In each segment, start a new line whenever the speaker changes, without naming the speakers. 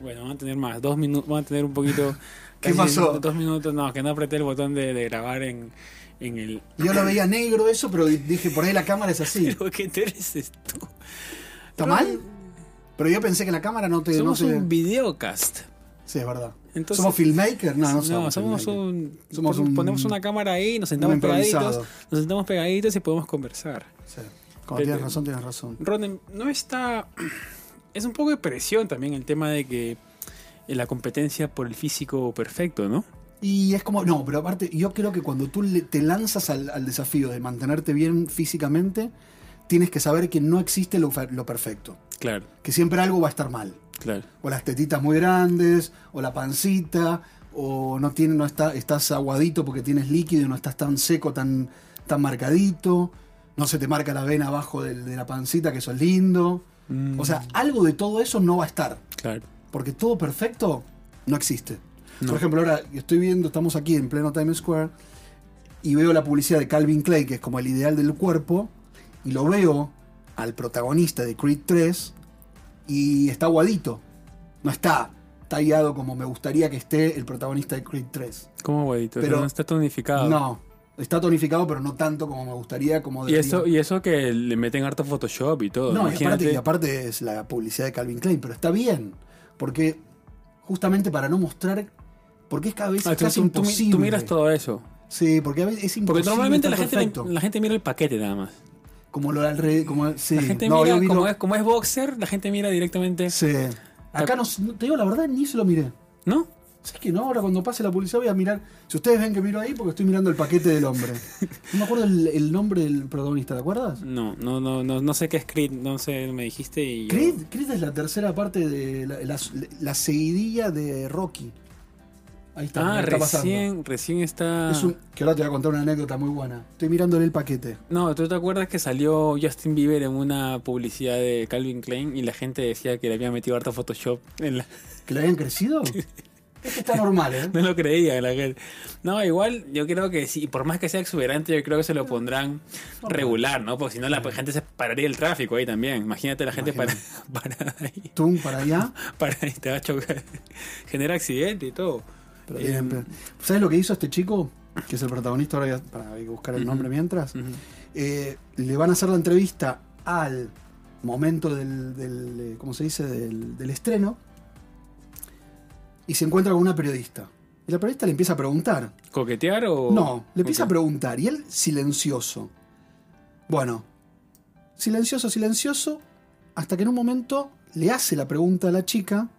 Bueno, van a tener más, dos minutos, van a tener un poquito.
¿Qué
casi
pasó?
Dos minutos, no, que no apreté el botón de, de grabar en, en el.
Yo lo veía negro eso, pero dije, por ahí la cámara es así.
Pero que tú eres tú.
¿Está mal? Pero yo pensé que la cámara no te...
Somos
no te-
un videocast.
Sí, es verdad.
Entonces-
¿Somos filmmaker? No, no somos.
No, somos
filmmaker.
un,
Somos
pon-
un-
Ponemos una cámara ahí, nos
un
sentamos
improvisado.
pegaditos. Nos sentamos pegaditos y podemos conversar.
Sí. Como tienes
Pero-
razón, tienes razón.
Ronen, no está. Es un poco de presión también el tema de que eh, la competencia por el físico perfecto, ¿no?
Y es como, no, pero aparte, yo creo que cuando tú le- te lanzas al, al desafío de mantenerte bien físicamente, tienes que saber que no existe lo, fer- lo perfecto,
Claro,
que siempre algo va a estar mal.
claro.
O las tetitas muy grandes, o la pancita, o no, tiene, no está, estás aguadito porque tienes líquido y no estás tan seco, tan, tan marcadito, no se te marca la vena abajo del- de, la pancita, que eso es lindo.
Mm,
O sea, algo de todo eso no va a estar.
claro.
Porque todo perfecto no existe.
No.
Por ejemplo, ahora yo estoy viendo, estamos aquí en pleno Times Square y veo la publicidad de Calvin Klein, que es como el ideal del cuerpo, y lo veo al protagonista de Creed 3 y está aguadito. No está tallado como me gustaría que esté el protagonista de Creed 3.
¿Cómo, guadito?
Pero-
no está tonificado.
No, está tonificado, pero no tanto como me gustaría, como
Y
debería.
eso, y eso que le meten harto Photoshop y todo.
No, y aparte,
imagínate.
y aparte es la publicidad de Calvin Klein, pero está bien, porque justamente para no mostrar, porque es cada vez
Ah, tú-
casi
tú- tú mi-
imposible.
tú miras todo eso.
Sí, porque a veces es imposible.
Porque normalmente la
estar
gente,
perfecto.
la gente mira el paquete nada más.
como lo al re- como sí,
La gente
no,
mira,
yo vi
como,
lo-
es, como es boxer, la gente mira directamente.
sí. Acá no, no- te digo la verdad ni se lo miré.
¿No?
¿Sabes que no? Ahora cuando pase la publicidad voy a mirar. Si ustedes ven que miro ahí, porque estoy mirando el paquete del hombre. No me acuerdo el, el nombre del protagonista, ¿te acuerdas?
No, no, no, no, no sé qué es Creed, no sé, me dijiste y. yo-
Creed, Creed es la tercera parte de la, la- la seguidilla de Rocky. Ahí está.
Ah,
ahí está pasando.
recién, recién está.
Es un- que ahora te voy a contar una anécdota muy buena. Estoy mirándole el paquete.
No, ¿tú te acuerdas que salió Justin Bieber en una publicidad de Calvin Klein y la gente decía que le había metido harto Photoshop? en la-
¿Que le habían crecido? es que está normal, ¿eh?
No lo creía la gente. No, igual yo creo que sí, por más que sea exuberante, yo creo que se lo pondrán regular, ¿no? Porque si no, la gente se pararía el tráfico ahí también. Imagínate la gente para, parada ahí,
Tum para allá.
para ahí, te va a chocar. Genera accidente y todo.
Pero
Eh,
bien, pero- ¿Sabes lo que hizo este chico? Que es el protagonista, ahora voy a, para voy a buscar el nombre mientras.
ujú.
Eh, le van a hacer la entrevista al momento del, del, eh, ¿cómo se dice? Del, del estreno. Y se encuentra con una periodista. Y la periodista le empieza a preguntar.
¿Coquetear o.?
No, le empieza
Ok.
a preguntar. Y él silencioso. Bueno, silencioso, silencioso. Hasta que en un momento le hace la pregunta a la chica.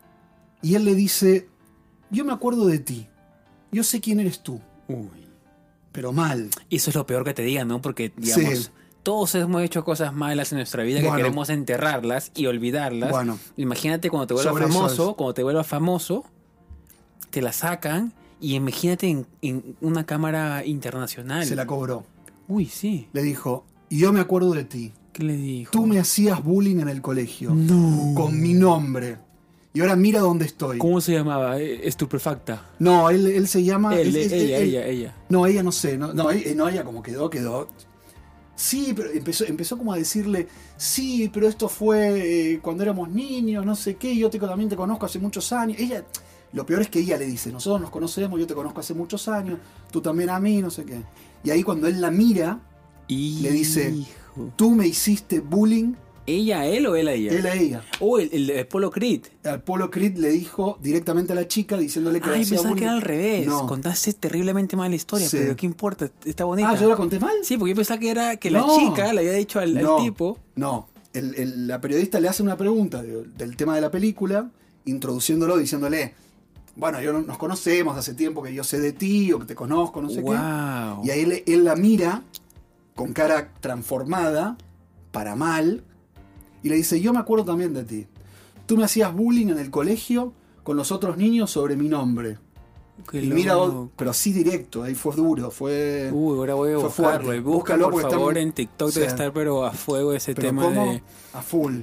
Y él le dice: Yo me acuerdo de ti. Yo sé quién eres tú.
Uy.
Pero mal.
Y eso es lo peor que te digan, ¿no? Porque, digamos,
Sí.
todos hemos hecho cosas malas en nuestra vida
Bueno.
que queremos enterrarlas y olvidarlas.
Bueno.
Imagínate cuando te vuelvas
Sobre eso
famoso,
es.
cuando te vuelvas famoso, te la sacan y imagínate en, en una cámara internacional.
Se la cobró.
Uy, sí.
Le dijo: Yo me acuerdo de ti.
¿Qué le dijo?
Tú me hacías bullying en el colegio.
No.
Con mi nombre. Y ahora mira dónde estoy.
¿Cómo se llamaba? Eh, Estupefacta.
No, él, él se llama.
Él,
Ah, es- es-
ella,
él-
ella, ella.
No, ella no sé. No, no, ella, no, ella como quedó, quedó. Sí, pero empezó, empezó como a decirle, sí, pero esto fue eh, cuando éramos niños, no sé qué, yo te, también te conozco hace muchos años. Ella, lo peor es que ella le dice, nosotros nos conocemos, yo te conozco hace muchos años, tú también a mí, no sé qué. Y ahí cuando él la mira,
Y
Le dice, tú me hiciste bullying,
¿Ella a él o él a ella?
él a ella.
O el, el, el Polo Creed.
Al Polo Creed le dijo directamente a la chica diciéndole que le
Ay,
hacía
pensaba que era
bullying.
al revés.
No.
Contaste terriblemente mala historia,
Sí.
pero ¿qué importa? Está bonita.
Ah, yo la conté mal.
Sí, porque yo pensaba que era que la
No.
chica le había dicho al, al tipo.
No, El- el- la periodista le hace una pregunta de- del tema de la película, introduciéndolo, diciéndole, bueno, yo no- nos conocemos hace tiempo que yo sé de ti o que te conozco, no sé
wow.
qué. Y ahí él, él la mira con cara transformada, para mal, y le dice, yo me acuerdo también de ti. Tú me hacías bullying en el colegio con los otros niños sobre mi nombre.
Qué
y mira,
loco. Uh,
pero así directo, ahí fue duro, fue...
Uy, ahora voy a
fue
buscarlo.
fuerte.
Y
Búscalo
Búscalo, por
porque está
favor,
muy-
en TikTok
Sí.
debe estar, pero a fuego ese
pero
tema
como
de.
a full.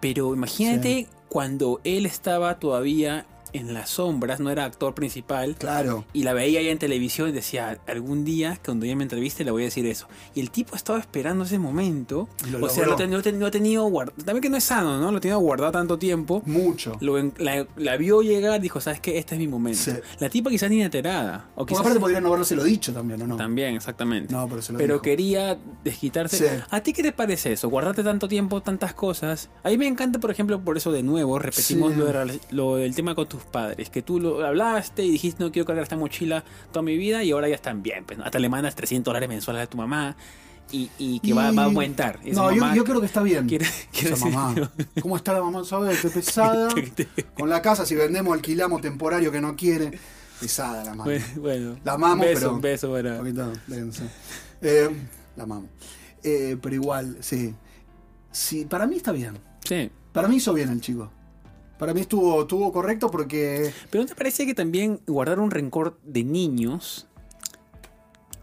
Pero imagínate cuando él estaba todavía en las sombras, no era actor principal.
Claro.
Y la veía ella en televisión y decía, algún día, cuando ella me entreviste, le voy a decir eso. Y el tipo estaba esperando ese momento.
Y lo
o sea,
logró.
lo, ten- lo ten- lo ha tenido guardado. También que no es sano, ¿no? Lo ha tenido guardado tanto tiempo.
Mucho.
Lo en- la, la vio llegar, dijo, ¿sabes qué? Este es mi momento.
Sí.
La tipa quizás ni enterada. O
Porque
quizás
aparte podrían no habérselo dicho también, ¿o no?
también, exactamente.
No, pero se lo
pero
dijo.
quería desquitarse.
Sí.
¿A ti qué te parece eso? Guardarte tanto tiempo, tantas cosas. A mí me encanta, por ejemplo, por eso de nuevo, repetimos
Sí.
lo, de la- lo del tema con tus padres, que tú lo hablaste y dijiste, no quiero cargar esta mochila toda mi vida y ahora ya están bien. Pues, ¿no? Hasta le mandas 300 dólares mensuales a tu mamá y, y que Va,
Y-
va a aumentar. Esa
No, yo,
mamá
yo creo que está bien.
quiere- quiere
Esa mamá.
decir-
¿Cómo está la mamá? ¿Sabes? Qué pesada.
Este
Con la casa, si vendemos, alquilamos temporario que no quiere. Pesada la mamá.
Bueno, bueno.
La amamos,
beso,
pero-
Un beso para...
Poquito denso. Eh, la amamos. Eh, pero igual, sí. Sí, para mí está bien.
Sí.
Para mí hizo bien el chico. Para mí estuvo, estuvo correcto porque.
Pero ¿no te parece que también guardar un rencor de niños?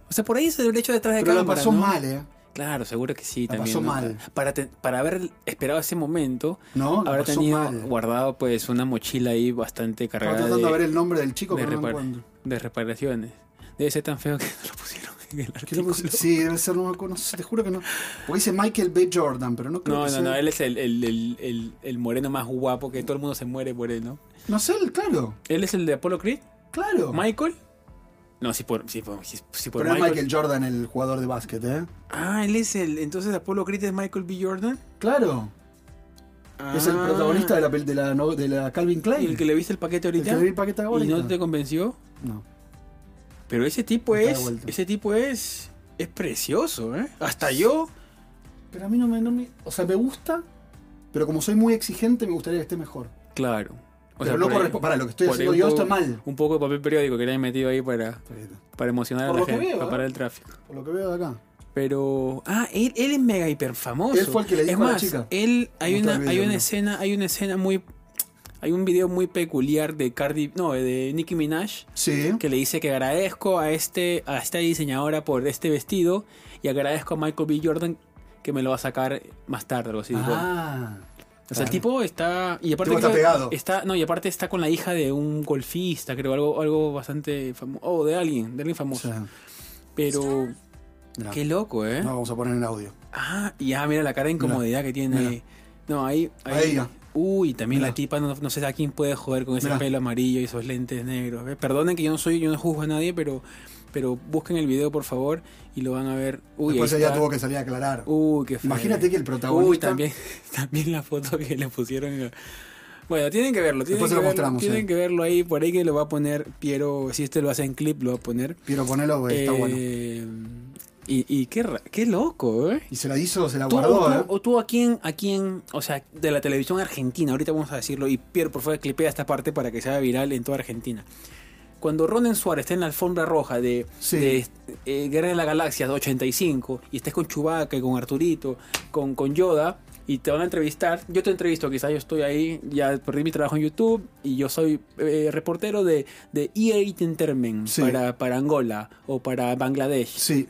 O sea, por ahí se derecho detrás de
Pero la
cámara,
pasó
¿no?
mal, ¿eh?
Claro, seguro que sí.
La
también,
pasó
¿no?
mal.
Para, te- para haber esperado ese momento,
No, la
habrá
pasó
tenido
mal.
guardado pues una mochila ahí bastante
Estaba
cargada
tratando de ver
de,
el nombre del chico,
de
pero no
repara-
encuentro.
de reparaciones. Debe ser tan feo que no lo pusieron en el
¿Qué le
artículo.
puse? Sí, debe ser, no me acuerdo, no sé, te juro que no. Porque dice Michael B. Jordan, pero no creo
No,
que
no,
sea.
no, él es el, el- el- el- el moreno más guapo que todo el mundo se muere por él, ¿no?
No sé, él, claro,
¿Él es el de Apollo Creed?
claro.
¿Michael? No, sí por, sí por, sí por
pero no es Michael Jordan el jugador de básquet, ¿eh?
Ah, él es el. Entonces Apolo Creed es Michael B. Jordan.
Claro. Es el
Ah.
protagonista de la, pel- de la, no- de la Calvin
¿Y
Klein.
el que le viste el paquete
El que
ahorita.
le di paquete de
y
bolita.
no te convenció.
No.
Pero ese tipo
Está de
es.
vuelta.
Ese tipo es. Es precioso, ¿eh? Hasta yo.
Pero a mí no me, no me- O sea, me gusta, pero como soy muy exigente, me gustaría que esté mejor.
Claro. O
pero
sea,
no
por ahí-
corresponde. Para lo que estoy
por ahí
haciendo
un
yo
poco-
está mal.
Un poco de papel periódico que le han metido ahí para, para emocionar
Por
a
lo
la
que
gente.
veo,
para
¿eh?
parar el tráfico.
Por lo que veo de acá.
Pero. Ah, él, él es mega hiper famoso.
Él fue el que le
es
dijo a la
más,
chica.
Él. Hay
Mostrar
una,
el
hay
video,
una
¿no?
escena. Hay una escena muy. Hay un video muy peculiar de Cardi. No, de Nicki Minaj.
Sí.
que le dice que agradezco a este a esta diseñadora por este vestido y agradezco a Michael B. Jordan que me lo va a sacar más tarde algo así. Bueno,
ah.
o sea, el
claro.
tipo está y aparte
tipo está
creo-
pegado.
está- no y aparte está con la hija de un golfista, creo algo algo bastante famoso o de alguien, de alguien
O
famoso.
sea,
Pero
mira,
qué loco, ¿eh?
no vamos a poner el audio.
Ah, y ah, mira la cara de incomodidad que tiene.
mira.
No, ahí,
Ahí
ahí.
ya.
Uy, también
Mira.
la tipa no, no sé a quién puede joder con ese
Mira.
pelo amarillo y esos lentes negros. ¿eh? Perdonen que yo no soy, yo no juzgo a nadie, pero, pero busquen el video por favor y lo van a ver. Uy,
Después
ahí
ella
está.
tuvo que salir a aclarar.
Uy, qué feo.
Imagínate que el
Eh, Uy,
protagonista.
también, también la foto que le pusieron. en la- Bueno, tienen que verlo, tienen,
Después se
que,
lo
verlo,
mostramos,
tienen
eh.
que verlo ahí, por ahí que lo va a poner Piero, si este lo hace en clip, lo va a poner.
Piero Ponelo, güey, Pues, está
Eh,
bueno.
Y, y qué, ra- qué loco, ¿eh?
Y se la hizo, se la
Tú,
guardó,
o, tú,
¿eh?
o tú a quién, a quién, o sea, de la televisión argentina, ahorita vamos a decirlo, y Pierre, por favor, clipea esta parte para que sea viral en toda Argentina. Cuando Ronen Suárez está en la alfombra roja de,
Sí.
de, eh, Guerra de la Galaxia de 85 y estés con Chubaca y con Arturito, con, con Yoda y te van a entrevistar, yo te entrevisto, quizás yo estoy ahí, ya perdí mi trabajo en YouTube y yo soy eh, reportero de, de EA Tentermen
Sí.
para, para Angola o para Bangladesh.
Sí.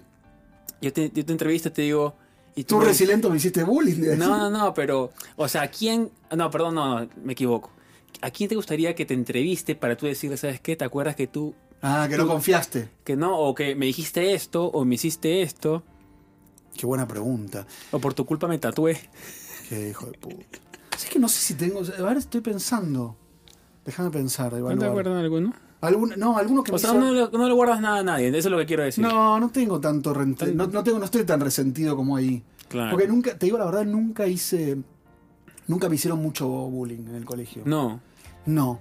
Yo, te, yo te entrevisto y te digo... Y
Tú
me-
resiliento me hiciste bullying. de
no, no, no, pero, o sea, ¿a quién? No, perdón, no, no, me equivoco. ¿A quién te gustaría que te entreviste para tú decirle, sabes qué, te acuerdas que tú,
Ah, que no confiaste.
que no, o que me dijiste esto, o me hiciste esto,
Qué buena pregunta.
o por tu culpa me tatué?
Qué hijo de puta. Es que no sé si tengo. Ahora estoy pensando. Déjame pensar, de
¿No te
evaluar.
acuerdas de alguno?
Algún- no, alguno que
O
me
sea,
hizo-
no, le- no le guardas nada a nadie, eso es lo que quiero decir.
No, no tengo tanto rent- No, no tengo, no estoy tan resentido como ahí.
claro.
Porque nunca, te digo la verdad, nunca hice. Nunca me hicieron mucho bullying en el colegio.
No.
No.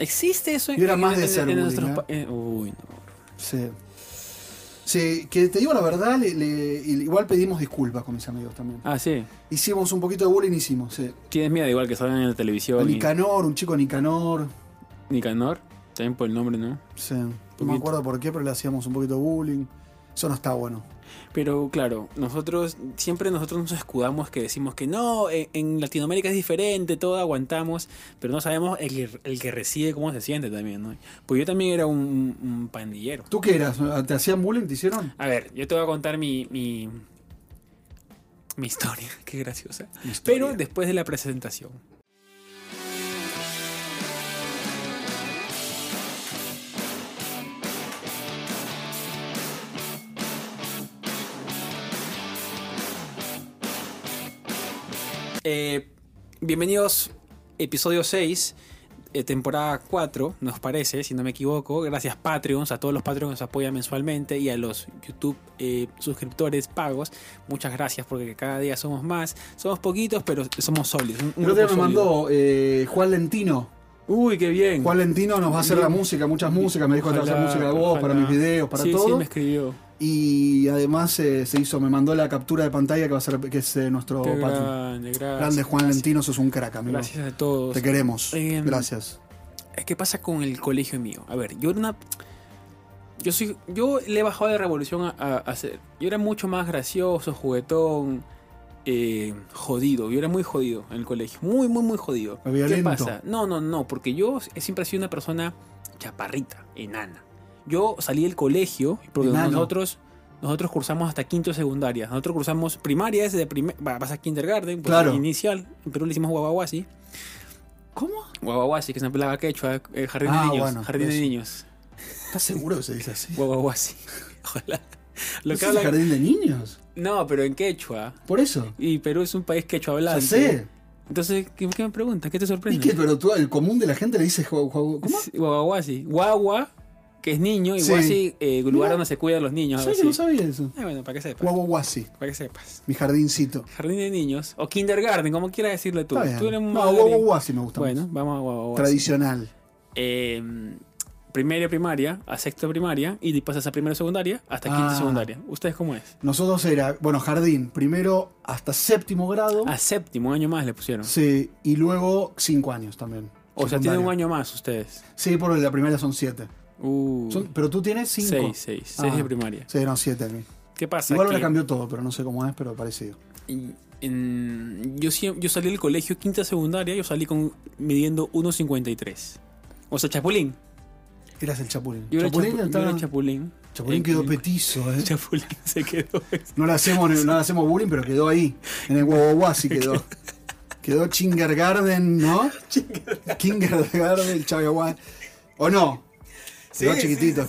¿Existe eso
Yo era más de ser bullying,
nuestros
¿eh?
pa- eh, Uy, no.
Sí. Sí, que te digo la verdad, le- le- igual pedimos disculpas con mis amigos también.
Ah, sí.
Hicimos un poquito de bullying, hicimos, sí.
Tienes miedo igual que salgan en la televisión. y-
Nicanor, un chico Nicanor.
Nicanor, también por el nombre, ¿no?
Sí. No me
Poquito.
acuerdo por qué, pero le hacíamos un poquito de bullying. Eso no está bueno.
Pero claro, nosotros siempre nosotros nos escudamos que decimos que no, en, en Latinoamérica es diferente, todo aguantamos, pero no sabemos el, que- el que recibe cómo se siente también, ¿no? Pues yo también era un, un pandillero.
¿Tú qué eras? ¿Te hacían bullying? ¿Te hicieron?
A ver, yo te voy a contar mi, mi, mi historia, qué graciosa.
Mi historia.
Pero después de la presentación. Eh, bienvenidos, episodio 6, eh, temporada 4, nos parece, si no me equivoco. Gracias Patreons, a todos los Patreons que nos apoyan mensualmente y a los YouTube eh, suscriptores pagos. Muchas gracias porque cada día somos más. Somos poquitos, pero somos sólidos. un- un
El otro día
grupo
me
sólido.
mandó eh, Juan Lentino.
Uy, qué bien.
Juan Lentino nos va a hacer la música, muchas músicas. Me dijo que te va a hacer
Ojalá,
música de vos, para
ojalá.
mis videos, para
sí,
todo.
Sí, me escribió.
Y además eh, se hizo, me mandó la captura de pantalla que va a ser que es eh, nuestro
Qué
Patreon.
grande, gracias.
Grande Juan Lentino, sos un crack, amigo.
Gracias a todos.
Te queremos.
Em,
Gracias.
¿Qué pasa con el colegio mío? A ver, yo era una. Yo soy. Yo le he bajado de revolución a, a- a ser. Yo era mucho más gracioso, juguetón, eh, jodido. Yo era muy jodido en el colegio. Muy, muy, muy jodido. ¿Qué
Violento.
pasa? No, no, no, porque yo he siempre he sido una persona chaparrita, enana. Yo salí del colegio, porque
Enano.
nosotros. Nosotros cursamos hasta quinto de secundaria. Nosotros cursamos primaria, desde primer, va- vas a kindergarten, pues,
Claro.
inicial. En Perú le hicimos guaguaguasi.
¿Cómo?
Guaguaguasi, que se hablaba quechua, eh, jardín
Ah,
de niños.
bueno,
jardín de
eso.
niños.
¿Estás seguro que se dice así?
Guaguaguasi. Ojalá. Lo
¿No
que
es el
hablan-
jardín de niños?
No, pero en quechua.
Por eso.
Y Perú es un país quechua
Ya
hablante.
sé.
Entonces, ¿qué, qué me preguntas? ¿Qué te
¿Y
sorprende?
qué? Pero tú, el común de la gente le dice Juan- Juan- ¿Cómo?
Sí, Guaguaguasi. Guagua, que es niño, y
Sí.
guasi, eh, lugar
Mira.
donde se cuidan los niños. algo
¿Sabes que no
así.
sabía eso?
Ah, bueno, para que sepas.
Guaguaguasi,
Para que sepas.
mi jardincito.
Jardín de niños o kindergarten, como quieras decirlo tú.
Está bien.
Tú eres un
No,
madre-
guaguaguasi me gusta
Bueno,
más.
vamos a Guaguaguasi.
Tradicional.
eh, primero de primaria a sexto de primaria y pasas a primero de secundaria hasta quinto de
Ah.
secundaria. ¿Ustedes cómo es?
Nosotros era, bueno, jardín, primero hasta séptimo grado.
A séptimo año más le pusieron.
Ah, Sí, y luego cinco años también.
o sea,
secundaria.
tienen un año más ustedes.
Sí, por la primera son siete.
Uh,
Son- pero tú tienes cinco.
seis, seis, seis
Ah.
de primaria.
Sí, no, siete. a mí.
¿Qué pasa?
Igual ahora
Que
cambió todo, pero no sé cómo es, pero parecido.
en- en- yo, siem- yo salí del colegio quinta de secundaria, yo salí con midiendo 1.53. O sea, Chapulín.
Eras el chapulín.
Yo era
chapulín,
Chapu- yo
estaba-
era Chapulín.
Chapulín
Eh,
quedó
eh,
petizo, eh.
Chapulín se quedó.
No le hacemos, no le hacemos bullying, pero quedó ahí. En el guaguaguasi quedó. quedó Chingergarden, ¿no? Chingergarden, el Chagaguá. ¿O no? Quedó chiquitito, es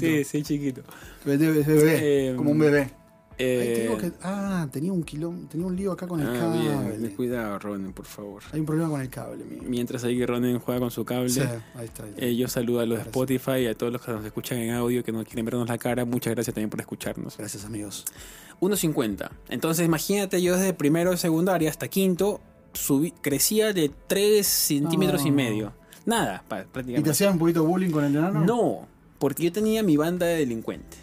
Sí, sí, chiquito.
Bebé, bebé,
Eh,
como un bebé.
Eh,
Ahí te digo que- ah, tenía un quilón, tenía un lío acá con el
ah,
cable.
bien, cuidado, Ronen, por favor.
Hay un problema con el cable, mío.
Mientras ahí Ronen juega con su cable,
Sí, ahí está. ahí está.
eh, yo saludo a los de
Gracias.
Spotify y a todos los que nos escuchan en audio que no quieren vernos la cara. Muchas gracias también por escucharnos.
Gracias, amigos.
1.50. Entonces, imagínate, yo desde primero de secundaria hasta quinto subí, crecía de 3 centímetros y
Ah.
medio. Nada, pa-
¿Y te
prácticamente.
hacían un poquito bullying con el enano?
No, porque yo tenía mi banda de delincuente.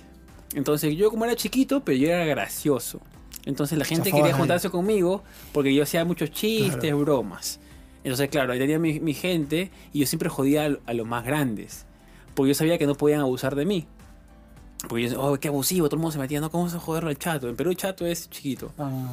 Entonces, yo como era chiquito, pero yo era gracioso. Entonces, la gente
Zafabas
quería
ahí.
juntarse conmigo porque yo hacía muchos chistes,
Claro.
bromas. Entonces, claro, ahí tenía mi, mi gente y yo siempre jodía a, a los más grandes. Porque yo sabía que no podían abusar de mí. Porque yo, oh, qué abusivo, todo el mundo se metía, no, ¿cómo se joderlo al chato? En Perú el chato es chiquito.
Ah,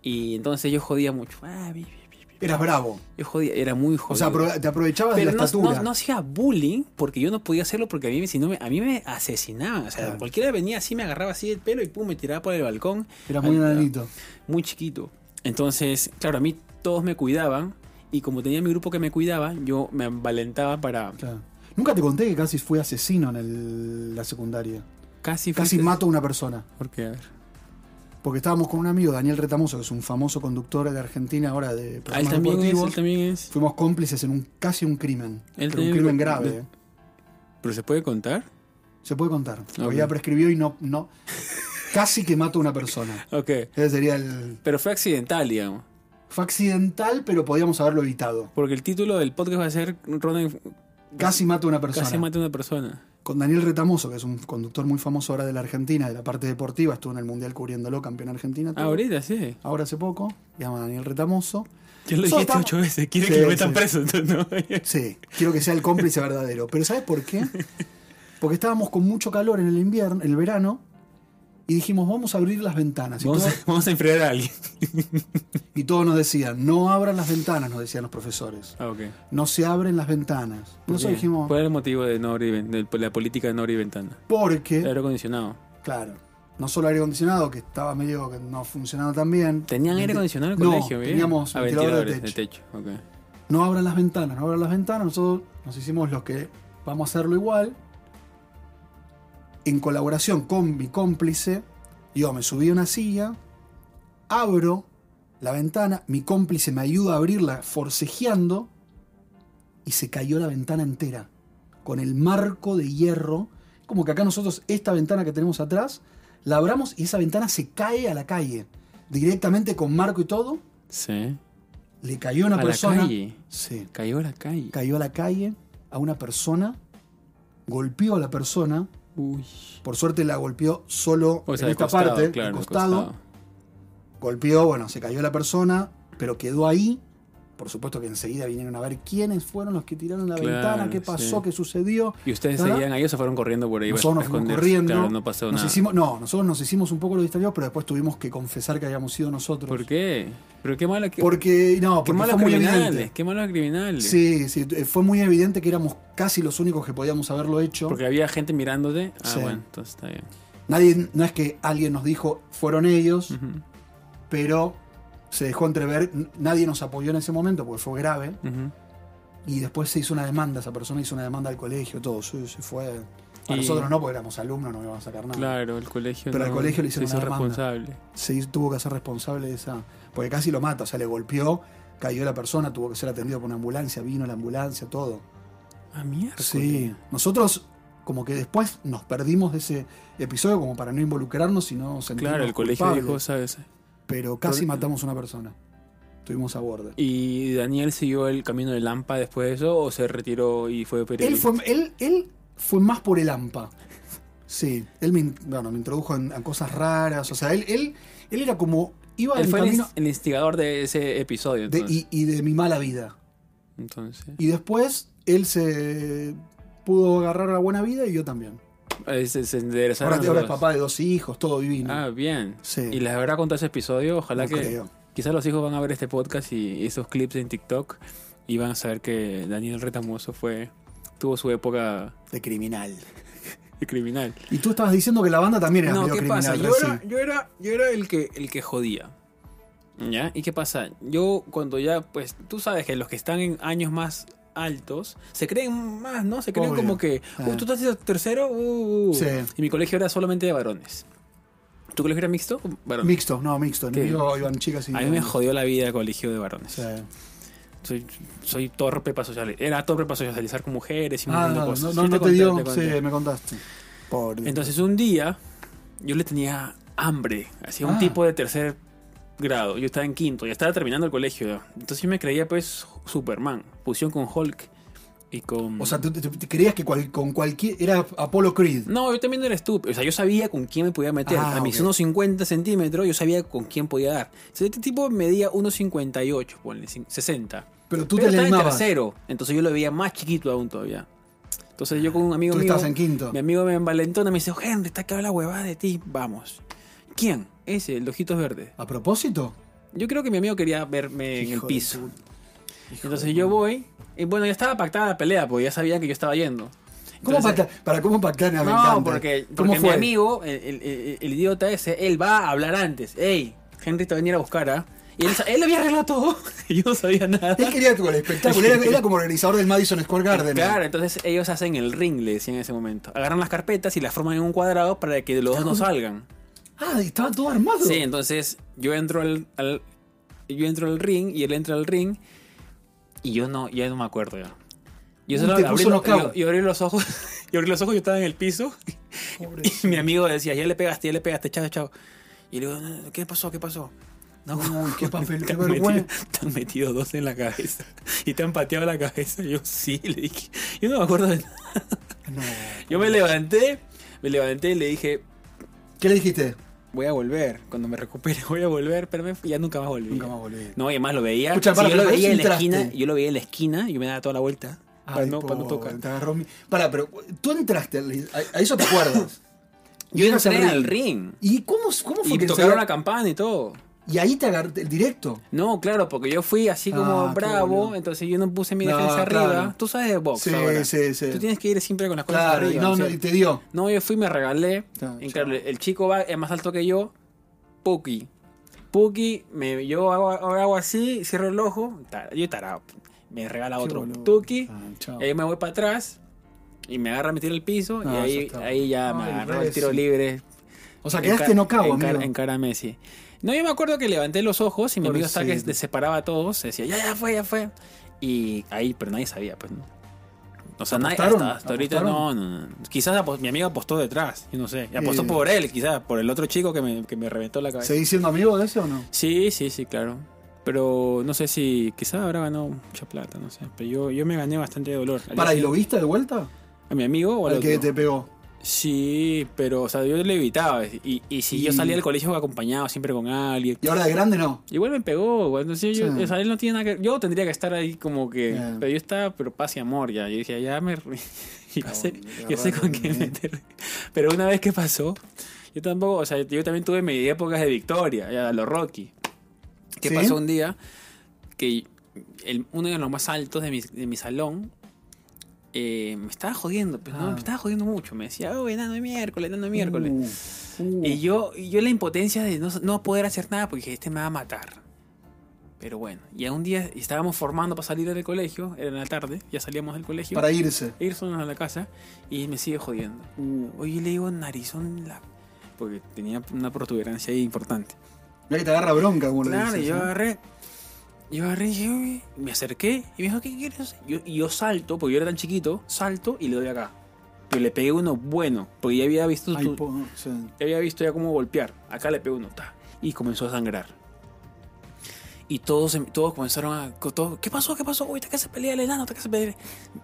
Y entonces yo jodía mucho. Ah, bi, bi, bi, bi.
eras bravo.
Yo jodía, era muy jodido.
O sea, apro- te aprovechabas
Pero
de la
no,
estatura.
no- no hacía bullying porque yo no podía hacerlo porque a mí, si no me, a mí me asesinaban. O sea,
Claro.
cualquiera venía así, me agarraba así del pelo y pum, me tiraba por el balcón.
Eras muy
Ay, claro.
enanito.
Muy chiquito. Entonces, claro, a mí todos me cuidaban y como tenía mi grupo que me cuidaba, yo me valentaba para...
Claro. Nunca te conté que casi fui asesino en el- la secundaria.
Casi...
Casi mato a una persona.
Porque, a ver...
Porque estábamos con un amigo, Daniel Retamoso, que es un famoso conductor de Argentina ahora de
Ah, él
programas
también es,
deportivos.
él también es...
Fuimos cómplices en un casi un crimen.
Él
Pero un
también-
crimen grave.
de-
eh.
¿Pero se puede contar?
Se puede contar.
Ok.
Porque ya prescribió y no, no. Casi que mato a una persona.
Ok.
Ese sería el.
Pero fue accidental, digamos.
Fue accidental, pero podíamos haberlo evitado.
Porque el título del podcast va a ser Ronan
Casi mato a una persona.
casi mata a una persona.
Con Daniel Retamoso, que es un conductor muy famoso ahora de la Argentina, de la parte deportiva, estuvo en el Mundial cubriéndolo, campeón argentina.
Ah,
todo.
Ahorita sí.
Ahora hace poco, llama Daniel Retamoso.
Ya lo
Solo
dijiste
estamos-
ocho veces. Quiere
Sí,
que lo metan
sí.
preso, entonces no.
Sí, quiero que sea el cómplice verdadero. Pero ¿sabes por qué? Porque estábamos con mucho calor en el invierno, en el verano, y dijimos, vamos a abrir las ventanas. Y,
Vamos a,
todo-
vamos a enfriar a alguien.
y todos nos decían, no abran las ventanas, nos decían los profesores.
Ah, ok.
No se abren las ventanas. Nosotros
Bien. Pues-
dijimos,
¿Cuál era el motivo de, no abrir ven- de la política de no abrir ventana? El
porque,
aire acondicionado.
claro, no solo aire acondicionado, que estaba medio que no funcionaba tan bien.
¿Tenían aire
Venti-
acondicionado en el
No,
colegio? bien?
teníamos
Ah,
ventiladores de
ventiladores de techo. ok.
no abran las ventanas, no abran las ventanas, nosotros nos hicimos los que vamos a hacerlo igual. En colaboración con mi cómplice, yo me subí a una silla, abro la ventana, mi cómplice me ayuda a abrirla forcejeando y se cayó la ventana entera, con el marco de hierro, como que acá nosotros esta ventana que tenemos atrás, la abramos y esa ventana se cae a la calle, directamente con marco y todo,
Sí.
le cayó a una
a
persona,
la calle.
sí,
Cayó a la calle.
cayó a la calle a una persona, golpeó a la persona,
Uy.
por suerte la golpeó solo
O sea,
en
de
esta
costado,
parte,
claro,
de
de
costado,
costado.
golpeó, bueno, se cayó la persona, pero quedó ahí. Por supuesto que enseguida vinieron a ver quiénes fueron los que tiraron la
Claro,
ventana, qué pasó,
sí.
qué sucedió.
Y ustedes
Nada.
seguían ahí o se fueron corriendo por ahí.
Nosotros nos
a
fuimos
esconderse?
corriendo.
Claro, no pasó
nos
nada.
hicimos, no, nosotros nos hicimos un poco los distraídos, pero después tuvimos que confesar que habíamos sido nosotros.
¿Por qué? Pero qué mala que.
Porque, no,
qué
porque
malos
fue muy
criminales.
evidente.
Qué malos criminales.
Sí, sí, eh, fue muy evidente que éramos casi los únicos que podíamos haberlo hecho.
Porque había gente mirándote. Ah,
Sí.
bueno, entonces está bien.
Nadie, no es que alguien nos dijo fueron ellos,
Ujú,
pero se dejó entrever, n- nadie nos apoyó en ese momento porque fue grave.
ujú.
Y después se hizo una demanda, esa persona hizo una demanda al colegio, todo. Se, se fue. Para
Y-
nosotros no, porque éramos alumnos, no íbamos a sacar nada.
Claro, el colegio.
Pero al
no-
colegio le
se
hicieron
hizo
una demanda.
responsable.
Se hizo- tuvo que ser responsable de esa. Porque casi lo mata, o sea, le golpeó, cayó la persona, tuvo que ser atendido por una ambulancia, vino la ambulancia, todo.
Ah, mierda.
Sí. Nosotros, como que después nos perdimos de ese episodio, como para no involucrarnos y no sentirnos
Claro, el colegio
culpables.
dijo, ¿sabes?
Pero casi
Pero-
matamos a una persona. Estuvimos a borde.
¿Y Daniel siguió el camino de Lampa después de eso o se retiró y fue
Él
periodista?
fue, él, él fue más por el AMPA. Sí, él me, in- bueno, me introdujo en, a cosas raras. O sea, él, él, él era como. Iba
Él
en
fue el,
camino
ins- el instigador de ese episodio.
de-
Entonces.
y, y de mi mala vida.
Entonces,
Y después él se pudo agarrar la buena vida y yo también.
eh, se, se enderezaron
Ahora,
los
ahora es
dos.
papá de dos hijos, todo divino.
Ah, bien.
Sí.
Y les habrá contado ese episodio. Ojalá
No
que
creo.
quizás los hijos van a ver este podcast y, y esos clips en TikTok y van a saber que Daniel Retamoso fue tuvo su época
De criminal.
de criminal.
Y tú estabas diciendo que la banda también era
No,
medio
¿qué
criminal.
pasa? Yo
recién.
era, yo era, yo era el, que, el que jodía. ¿Ya? ¿Y qué pasa? Yo cuando ya, pues tú sabes que los que están en años más altos se creen más, ¿no? Se creen
Obvio.
como que,
Ah.
"Uh, tú estás en tercero, uh, uh".
Sí.
Y mi colegio era solamente de varones. ¿Tu colegio era mixto? o Varón.
Mixto, no, mixto.
¿Qué?
Yo iban chicas y.
A mí me jodió la vida el colegio de varones.
Sí.
Soy, soy torpe para socializar. Era torpe para socializar con mujeres y un
Ah,
montón de
no, no,
cosas.
no
Sí,
te,
conté,
dio.
te conté.
sí, me contaste. Pobre.
Entonces un día yo le tenía hambre, hacía un
Ah.
tipo de tercer grado, yo estaba en quinto, ya estaba terminando el colegio, ya. entonces yo me creía pues Superman, fusión con Hulk y con...
O sea, ¿tú, tú- tú creías que cual- con cualquier. Era Apollo Creed.
no, yo también era estúpido, o sea, yo sabía con quién me podía meter,
Ah,
a mis
ok.
unos 50 centímetros yo sabía con quién podía dar. O sea, este tipo medía 1,58, ponle, cin- 60.
Pero tú
Pero
te
estaba en
animabas.
tercero, entonces yo lo veía más chiquito aún todavía. Entonces yo con un amigo
Tú
mío...
estabas en quinto.
Mi amigo me envalentona, me dice, oh, Henry, está que habla huevada de ti, vamos. ¿Quién? Ese, el de ojitos verdes.
¿A propósito?
Yo creo que mi amigo quería verme en el
Hijo de
piso.
puta.
Entonces yo voy, y bueno, ya estaba pactada la pelea, porque ya sabían que yo estaba yendo.
¿Cómo
Entonces-
pacta- ¿Para cómo pactar en la
No,
venganza?
porque,
Ah, ¿Cómo
porque mi amigo, el, el- el- el idiota ese, él va a hablar antes. Ey, Henry te va a venir a buscar, ¿ah? Y él, sa- él había arreglado todo, y yo no sabía nada.
Él quería tu el espectáculo. Era, era como organizador del Madison Square Garden.
Claro, entonces ellos hacen el ring, le decían en ese momento. Agarran las carpetas y las forman en un cuadrado para que los dos no salgan.
Ah, y estaba todo armado.
Sí, entonces yo entro al, al- yo entro al ring y él entra al ring y yo no, ya no me acuerdo ya. Yo
Uy,
solo
te
abrí,
puso
lo- yo-
knockout.
yo abrí los ojos, yo abrí los ojos, yo estaba en el piso
Pobre.
y mi amigo decía, ya le pegaste, ya le pegaste, chao, chao. Y le digo, "No, no, ¿qué pasó? ¿Qué pasó? No,
Uy, qué papel,
te
qué
han metido-
vergüenza.
Te han metido dos en la cabeza y te han pateado la cabeza. Yo sí, le dije. Yo no me acuerdo de nada.
No.
Yo me levanté, me levanté y le dije,
¿Qué le dijiste?
voy a volver. Cuando me recupere voy a volver, pero me- ya nunca más volví.
Nunca más volví.
No, y además lo veía.
Escucha,
si
para,
yo lo
pero
veía en la
entraste.
esquina, yo lo veía en la esquina, yo me daba toda la vuelta para,
Ay,
no, para no
pobre,
tocar.
Te agarró mi... Pará, pero tú entraste. al- A, a eso te acuerdas.
Yo
Entras
entré al ring.
¿Y cómo, cómo fue
Y
que te
tocaron la
agarró-
campana y todo.
Y ahí te agarraste el directo.
No, claro, porque yo fui así como
Ah, qué
bravo,
boludo.
entonces yo no puse mi
No,
defensa arriba.
claro.
Tú sabes de box
Sí,
ahora.
sí, sí.
Tú tienes que ir siempre con las cosas
Claro, y
arriba.
no,
o sea,
no, y te dio.
No, yo fui, me regalé.
Ah,
Y
ya.
claro, el chico va, es más alto que yo. Puki. Puki, me, yo hago, hago así, cierro el ojo. ta- Yo tarado. Me regala
Qué
otro.
boludo.
Tuki. Eh,
Ah, chao.
Y ahí me voy para atrás. Y me agarra, me tira al piso. y
Ah, ya
ahí ahí
está.
ya, me
Ay,
agarró el
Messi.
tiro libre.
O sea,
En
quedaste
ca-
nocao,
en, cara-
amigo.
en cara a Messi. No, yo me acuerdo que levanté los ojos y mi amigo estaba que
Pobrecito.
se separaba a todos. Se decía, ya, ya fue, ya fue. Y ahí, pero nadie sabía, pues. ¿no? O sea, nadie,
¿Apostaron?
hasta, hasta ahorita no,
¿Apostaron?
no, no. Quizás apos- mi amigo apostó detrás, yo no sé. Y Apostó
Eh.
por él, quizás, por el otro chico que me, que me reventó la cabeza.
¿Seguís siendo amigo de ese o no?
Sí, sí, sí, claro. Pero no sé si quizás habrá ganado mucha plata, no sé. Pero yo, yo me gané bastante dolor. Al
Para, ¿y
día
lo viste de vuelta?
siguiente- ¿A mi amigo o al
Al que
otro?
te pegó.
Sí, pero o sea, yo le evitaba. Y, y si yo
Y-
salía del colegio acompañado siempre con alguien.
Y ahora de grande no.
Igual me pegó, güey. No sé, yo,
Sí.
o sea, él no tiene nada que Yo tendría que estar ahí como que.
Ya.
Pero yo estaba, pero paz y amor ya. Yo dije, "Ah, ya me. yo
Cabrón,
sé,
de
yo sé
verdad,
con qué
me-
meter. Pero una vez que pasó, yo tampoco. O sea, yo también tuve mis épocas de victoria, ya, a los Rocky. ¿Qué
¿Sí?
pasó un día? Que el- uno de los más altos de mi, de mi salón. eh, me estaba jodiendo, pues, no,
Ah. Mm.
me estaba jodiendo mucho. Me decía, oh, enano de miércoles, enano de miércoles.
Uh, uh.
Y yo, y yo la impotencia de no, no poder hacer nada porque dije, este me va a matar. Pero bueno, y un día estábamos formando para salir del colegio, era en la tarde, ya salíamos del colegio,
Para irse.
e ir solos a la casa y me sigue jodiendo.
Uh.
Oye, le digo narizón, la... porque tenía una protuberancia ahí importante.
Mira que te agarra bronca, como lo
Claro,
dices,
yo
¿no?
agarré, yo agarré y dije, "Uy", me acerqué y me dijo, ¿qué quieres? Yo- y yo salto, porque yo era tan chiquito, salto y le doy acá. Pero le pegué uno bueno, porque ya había visto
Ay,
tu-
po- o sea,
ya había visto ya cómo golpear. Acá le pegó uno, ta, y comenzó a sangrar. Y todos, se- todos comenzaron a. co- Todos, ¿Qué pasó? ¿Qué pasó? Uy, te que se pelea el enano, te que se pelea.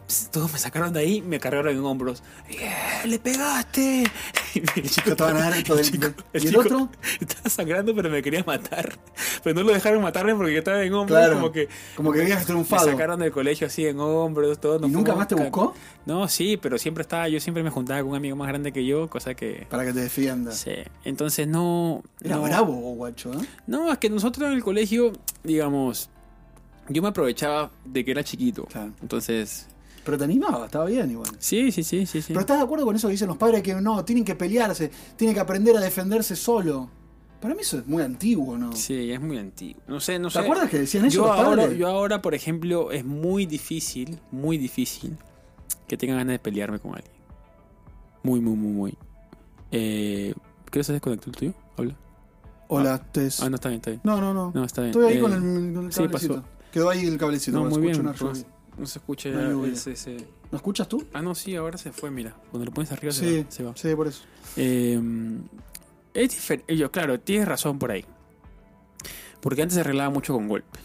Pss, Todos me sacaron de ahí, me cargaron en hombros. "Yeah, ¡Le pegaste! Y el
Te van a dar esto del- ¿Y el otro?
Estaba sangrando, pero me quería matar. Pero no lo dejaron matarme porque yo estaba en hombros,
Claro.
como que.
Como que habías
Me
triunfado.
sacaron del colegio así en hombros, todo.
¿Y
nos
nunca
fuimos
más te
ca-
buscó?
No, sí, pero siempre estaba. Yo siempre me juntaba con un amigo más grande que yo, cosa que.
Para que te defienda.
Sí, entonces no.
Era
no,
bravo, guacho, ¿eh?
No, es que nosotros en el colegio, digamos, yo me aprovechaba de que era chiquito.
Claro.
Entonces,
Pero te animaba, estaba bien igual.
sí, sí, sí, sí. sí.
Pero estás de acuerdo con eso que dicen los padres que no, tienen que pelearse, tienen que aprender a defenderse solo. Para mí eso es muy antiguo, ¿no?
Sí, es muy antiguo. No sé, no
¿Te
sé.
acuerdas que decían eso
yo
los
ahora,
padres?
yo ahora, por ejemplo, es muy difícil, muy difícil que tenga ganas de pelearme con alguien. Muy, muy, muy, muy. Eh, ¿Quieres desconectar el tuyo? Habla.
Hola, Tess.
Ah, no, está bien, está bien.
no, no, no.
No, está bien.
Estoy ahí
Eh,
con el, con el
sí,
cablecito.
pasó.
Quedó ahí el cablecito.
No,
porque
muy
escucho
bien.
una lluvia.
pues, No se escucha
Una lluvia.
ese- ese-
¿No escuchas tú?
Ah, no, sí, ahora se fue, mira. Cuando lo pones arriba
Sí.
se va. Se va.
Sí, por eso.
Eh, es diferente. Yo, claro, tienes razón por ahí. Porque antes se arreglaba mucho con golpe.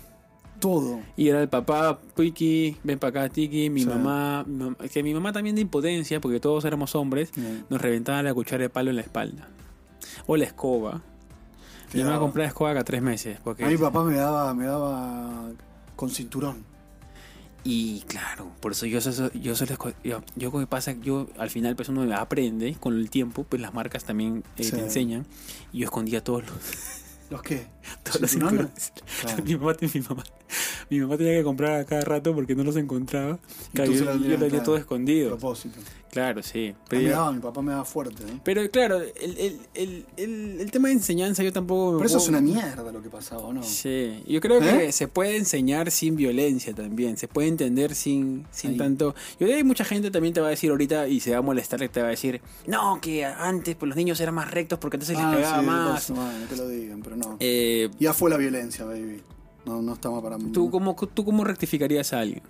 Todo.
Y era el papá, Piki, ven para acá, Tiki, mi
Sí.
mamá, mi mam- Que mi mamá también de impotencia, porque todos éramos hombres, nos reventaba la cuchara de palo en la espalda. O la escoba. Yo me
Quedaba.
iba a comprar escoba cada tres meses. Porque...
A mi papá me daba, me daba con cinturón.
Y claro, por eso yo, eso- yo, se los co- yo, yo lo que pasa, yo al final pues uno aprende con el tiempo, pues las marcas también eh,
Sí.
te enseñan. Y yo escondía todos los,
¿Los qué?
todos los
¿Cinturones?
cinturones.
Claro.
Mi, mamá, mi, mamá, mi mamá tenía que comprar a cada rato porque no los encontraba. Claro,
se
yo,
los
yo
tenías,
lo tenía
claro.
todo escondido.
Propósito.
Claro, sí.
Ah, me
Pero,
daba, mi papá me daba fuerte. ¿eh?
pero claro, el, el, el, el, el tema de enseñanza yo tampoco me
Pero eso es
puedo-
una mierda lo que pasaba, ¿o ¿no?
Sí, yo creo
¿Eh?
que se puede enseñar sin violencia también, se puede entender sin, sin
Ahí.
tanto... Yo creo que hay mucha gente también te va a decir ahorita y se va a molestar, que te va a decir, no, que antes pues, los niños eran más rectos porque entonces
Ah,
les pegaba
sí,
más.
no, no te lo digan, pero no.
Eh,
Ya fue la violencia, baby. No, no estamos para
¿tú, cómo, ¿Tú cómo rectificarías a alguien?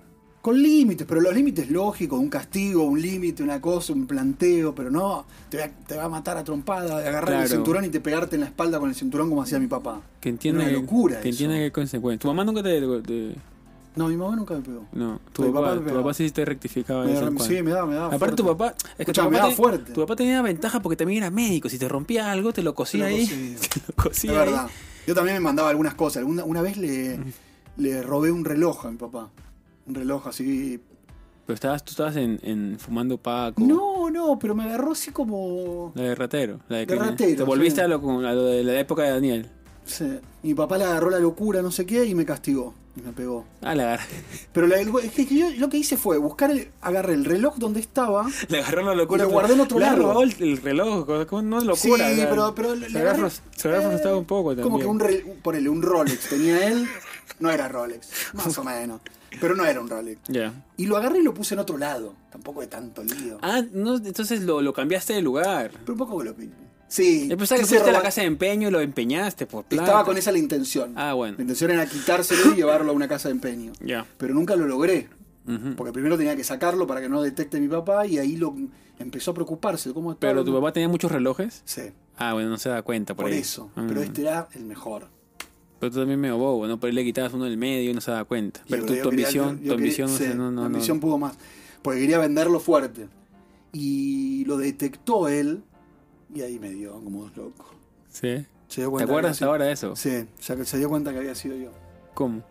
Con límites, pero los límites lógicos, un castigo, un límite, una cosa, un planteo, pero no, te va, te va a matar a trompada, de agarrar el
Claro.
cinturón y te pegarte en la espalda con el cinturón como hacía mi papá.
Que entienda
Era una
que-
locura
que
eso.
entienda que hay consecuencias. Tu mamá nunca te... te-
No, mi mamá nunca me pegó.
no, tu
Mi papá
papá,
me
tu
pegaba.
papá sí te rectificaba. de
Me
vez en
agarra-
cuando.
sí, me daba, me daba.
Aparte tu
fuerte.
papá, es que
Escuchá,
tu, papá
me daba
te-
fuerte.
tu papá tenía ventaja porque también era médico, si te rompía algo te lo
Te lo
cosía ahí.
cosía.
Te lo
Es
cosía ahí.
verdad. Yo también me mandaba algunas cosas. Una, una vez le, le robé un reloj a mi papá. Un reloj así
Pero estabas, tú estabas en, en fumando paco.
No, no, pero me agarró así como.
La de ratero. La de,
De
que-
ratero,
Te volviste
sí.
a, lo, con- a lo de la época de Daniel.
Sí. Mi papá le agarró la locura, no sé qué, y me castigó. Y me pegó.
Ah, le, agar-
Pero la- es que yo lo que hice fue buscar el. Agarré el reloj donde estaba.
le agarró la locura.
Y lo guardó en otro
Le
lado.
robó el, el reloj. cosa- como no es locura.
sí,
o sea,
pero, pero le
se habrá
agarré-
frus- se habrá
eh,
frustrado un poco también.
Como que un. re- Ponele, un Rolex tenía él. No era Rolex, más o menos. Pero no era un Rolex.
Ya.
Y lo agarré y lo puse en otro lado. Tampoco de tanto lío.
Ah, no, entonces lo, lo cambiaste de lugar.
Pero un poco que lo. Sí.
Yo pensaba que
quise
fuiste a la
robar-
casa de empeño y lo empeñaste por plata.
Estaba con esa la intención.
Ah, bueno.
La intención era quitárselo y llevarlo a una casa de empeño.
Ya.
Pero nunca lo logré.
Ujú.
Porque primero tenía que sacarlo para que no detecte mi papá y ahí lo empezó a preocuparse. ¿Cómo está?
Pero tu papá tenía muchos relojes.
Sí,
Ah, bueno, no se da cuenta por,
por
ahí.
eso. Pero
Mm.
este era el mejor.
Pero tú también medio bobo, ¿no? Por ahí le quitabas uno del medio y no se da cuenta.
Y
Pero
yo
tu, tu
quería-
ambición,
yo
tu
quería-
ambición, no
sí,
sé, no, no,
mi
no.
ambición pudo más. Porque quería venderlo fuerte. Y lo detectó él y ahí me dio como dos locos.
Sí.
Se
¿Te
dio cuenta que
acuerdas
había
ahora de eso?
sido- Sí, o sea, que se dio cuenta que había sido yo.
¿Cómo?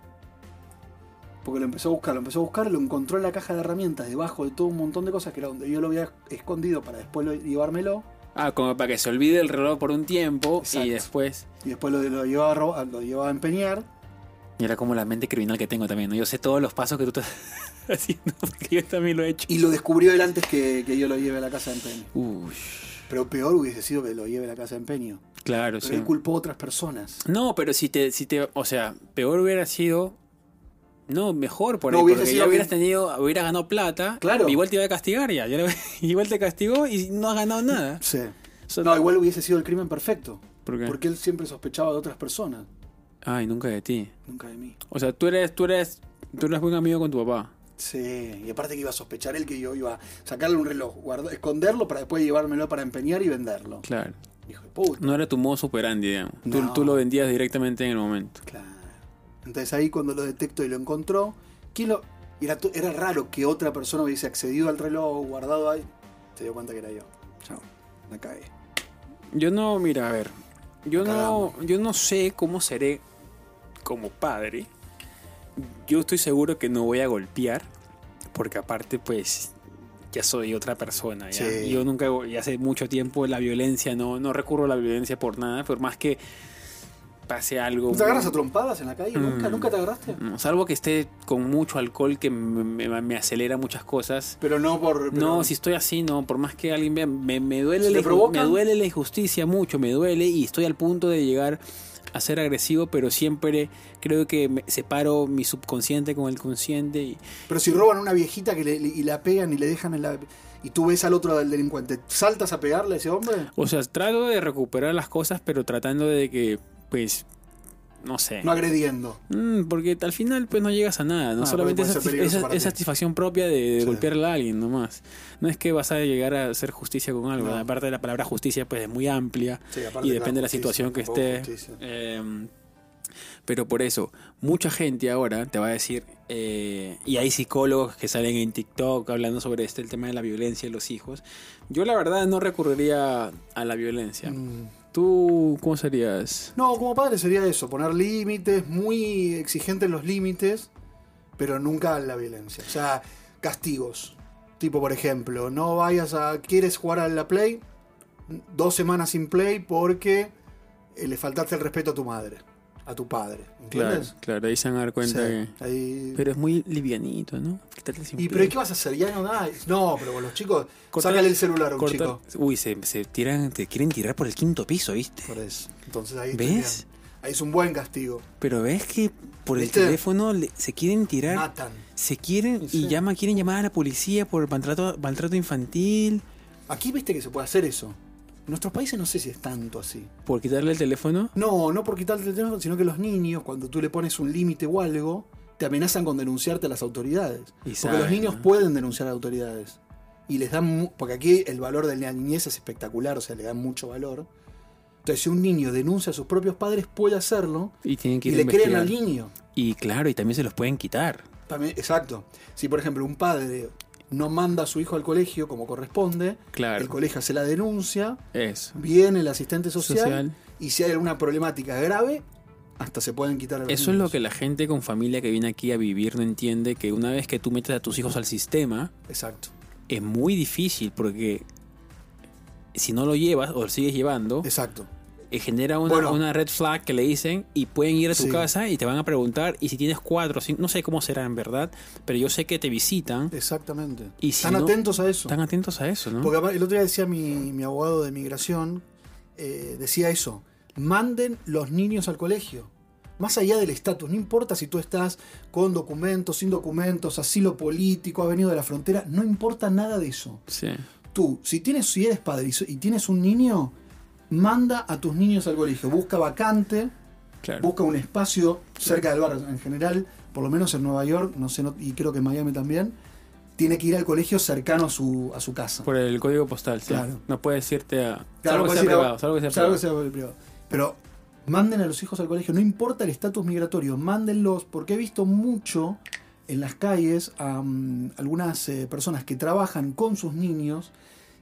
Porque lo empezó a buscar, lo empezó a buscar, lo encontró en la caja de herramientas, debajo de todo un montón de cosas que era donde yo lo había escondido para después lo- llevármelo.
Ah, como para que se olvide el reloj por un tiempo
Exacto.
y después.
Y después lo, lo llevaba a, ro- lo llevaba a empeñar.
Y era como la mente criminal que tengo también, ¿no? Yo sé todos los pasos que tú estás haciendo, porque yo también lo he hecho.
Y lo descubrió él antes que, que yo lo lleve a la casa de empeño.
Uy,
Pero peor hubiese sido que lo lleve a la casa de empeño.
claro,
Pero
sí.
él culpó a otras personas.
No, pero si te, si te, o sea, peor hubiera sido. No, mejor por
No,
ahí,
hubiese
porque
sido
ya hubieras
bien.
tenido, hubieras ganado plata,
Claro.
igual te iba a castigar ya, ya lo- igual te castigó y no has ganado nada.
Sí.
O sea,
No, igual hubiese sido el crimen perfecto.
¿por qué?
Porque él siempre sospechaba de otras personas,
Ay, nunca de ti.
nunca de mí.
O sea, tú eres, tú eres, tú eres buen amigo con tu papá.
Sí, y aparte que iba a sospechar él que yo iba a sacarle un reloj, guarda- esconderlo para después llevármelo para empeñar y venderlo.
Claro.
Hijo de puta.
No era tu modo superandi, digamos. Tú-
No.
Tú, lo vendías directamente en el momento.
Claro. Entonces ahí cuando lo detecto y lo encontró, ¿quién lo... Era, to- era raro que otra persona hubiese accedido al reloj, guardado ahí. Se dio cuenta que era yo. Chao. La cagué.
Yo no, mira, a ver. Yo no,
Caramba.
yo no sé cómo seré como padre. Yo estoy seguro que no voy a golpear. Porque aparte, pues, ya soy otra persona. ¿ya?
Sí.
Yo nunca, go- y hace mucho tiempo la violencia, no, no recurro a la violencia por nada. Por más que pase algo.
¿Te Pues agarras a trompadas en la calle? ¿Nunca,
Mm.
¿Nunca te agarraste?
Mm, Salvo que esté con mucho alcohol que me, me- me acelera muchas cosas.
Pero no por... pero-
No, si estoy así, no, por más que alguien vea, me, me duele,
Si
la,
te
inju-
provocan.
me duele la injusticia mucho, me duele y estoy al punto de llegar a ser agresivo, pero siempre creo que me separo mi subconsciente con el consciente y
Pero si roban a una viejita que le- le- y la pegan y le dejan en la... Y tú ves al otro del delincuente, ¿saltas a pegarle a ese hombre?
o sea, trato de recuperar las cosas, pero tratando de que pues no sé.
No agrediendo.
Mm, porque al final pues no llegas a nada, no
Ah,
solamente
puede
es,
ser
satis-
peligroso
es-
para
es
ti.
satisfacción propia de, de
Sí.
golpearle a alguien nomás. No es que vas a llegar a hacer justicia con algo,
No.
aparte de la palabra justicia pues es muy amplia. y depende de la situación que esté. eh, pero por eso, mucha gente ahora te va a decir, eh, y hay psicólogos que salen en TikTok hablando sobre este, el tema de la violencia y los hijos. Yo la verdad no recurriría a la violencia.
Mm.
¿Tú cómo serías?
No, como padre sería eso, poner límites, muy exigentes los límites, pero nunca la violencia. O sea, castigos. Tipo, por ejemplo, no vayas a... ¿Quieres jugar a la Play? Dos semanas sin Play porque eh, le faltaste el respeto a tu madre, a tu padre.
Claro,
¿Entiendes?
claro, ahí se van a dar cuenta
Sí,
que...
ahí-
Pero es muy livianito, ¿no? ¿Qué tal si
¿Y pero qué vas a hacer? Ya no da. No, pero con los chicos,
Cortar-
sácale el celular a un
cortar-
chico.
Uy, se, se tiran, te quieren tirar por el quinto piso, ¿viste?
Por eso. Entonces ahí
¿Ves?
tendrían- Ahí es un buen castigo.
Pero ves que por el
¿Viste?
teléfono le- se quieren tirar...
Matan.
se quieren
Sí.
y llama, quieren llamar a la policía por maltrato, maltrato infantil,
Aquí viste que se puede hacer eso. En nuestros países no sé si es tanto así.
por quitarle el teléfono.
No, no por quitarte el teléfono, sino que los niños, cuando tú le pones un límite o algo, te amenazan con denunciarte a las autoridades.
Y
porque
saben,
los niños
¿no?
pueden denunciar a las autoridades. Y les dan. mu- Porque aquí el valor de la niñez es espectacular, o sea, le dan mucho valor. Entonces, si un niño denuncia a sus propios padres, puede hacerlo.
Y tienen que
Y
ir a
le crean
investigar.
al niño.
Y claro, y también se los pueden quitar.
También- exacto. Si, por ejemplo, un padre no manda a su hijo al colegio como corresponde,
Claro.
el colegio hace la denuncia,
Eso.
viene el asistente social,
Social.
y si hay alguna problemática grave, hasta se pueden quitar a los
Eso es lo
niños.
que la gente con familia que viene aquí a vivir no entiende, que una vez que tú metes a tus hijos al sistema,
Exacto.
es muy difícil porque si no lo llevas o lo sigues llevando,
Exacto.
eh, genera una,
Bueno.
una red flag que le dicen y pueden ir a tu
Sí.
casa y te van a preguntar y si tienes cuatro, cinco, no sé cómo será en verdad, pero yo sé que te visitan
Exactamente.
Y si
Están
no-
atentos a eso.
Están atentos a eso, ¿no?
Porque aparte, el otro día decía mi, mi abogado de migración, eh, decía eso, manden los niños al colegio. Más allá del estatus, no importa si tú estás con documentos, sin documentos, asilo político, has venido de la frontera, no importa nada de eso.
Sí.
Tú, si tienes, si eres padre y, so- y tienes un niño, manda a tus niños al colegio, busca vacante,
Claro.
busca un espacio cerca del barrio en general, por lo menos en Nueva York, no sé, no- y creo que en Miami también, tiene que ir al colegio cercano a su, a su casa.
Por el código postal, sí.
Claro.
No puedes irte a.
Claro,
Pues, salvo que
puedes
sea
ir a-
privado, salvo que sea
salvo
privado.
que sea privado. Pero manden a los hijos al colegio, no importa el estatus migratorio, mándenlos, porque he visto mucho en las calles a mm, algunas eh, personas que trabajan con sus niños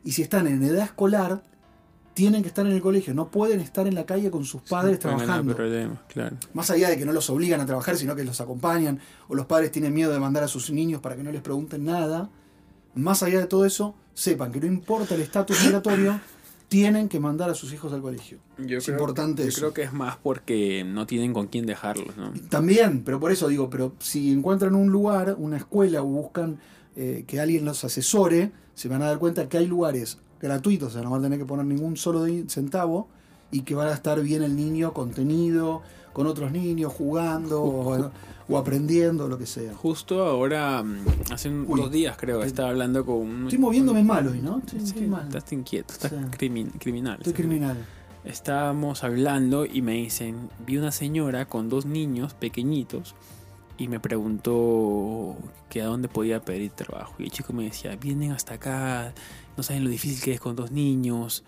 y si están en edad escolar, tienen que estar en el colegio, no pueden estar en la calle con sus padres
No hay
trabajando.
ningún problema, claro.
Más allá de que no los obligan a trabajar, sino que los acompañan, o los padres tienen miedo de mandar a sus niños para que no les pregunten nada, más allá de todo eso, sepan que no importa el estatus migratorio, tienen que mandar a sus hijos al colegio.
Yo
Es creo- importante yo eso.
creo
creo
que es más porque no tienen con quién dejarlos, ¿no?
También, pero por eso digo, pero si encuentran un lugar, una escuela, o buscan eh, que alguien los asesore, se van a dar cuenta que hay lugares gratuitos, o sea, no van a tener que poner ningún solo di- centavo y que van a estar bien el niño contenido, con otros niños, jugando o, o aprendiendo, lo que sea.
Justo ahora, mm, hace un-
Uy.
dos días creo, estaba hablando con un.
Estoy moviéndome mal hoy, ¿no? Estoy,
Sí,
estoy mal.
Estás inquieto, estás
Sí.
crimin- criminal.
Estoy
Sí.
criminal.
Estábamos hablando y me dicen, vi una señora con dos niños pequeñitos y me preguntó que a dónde podía pedir trabajo. Y el chico me decía, vienen hasta acá, no saben lo difícil que es con dos niños.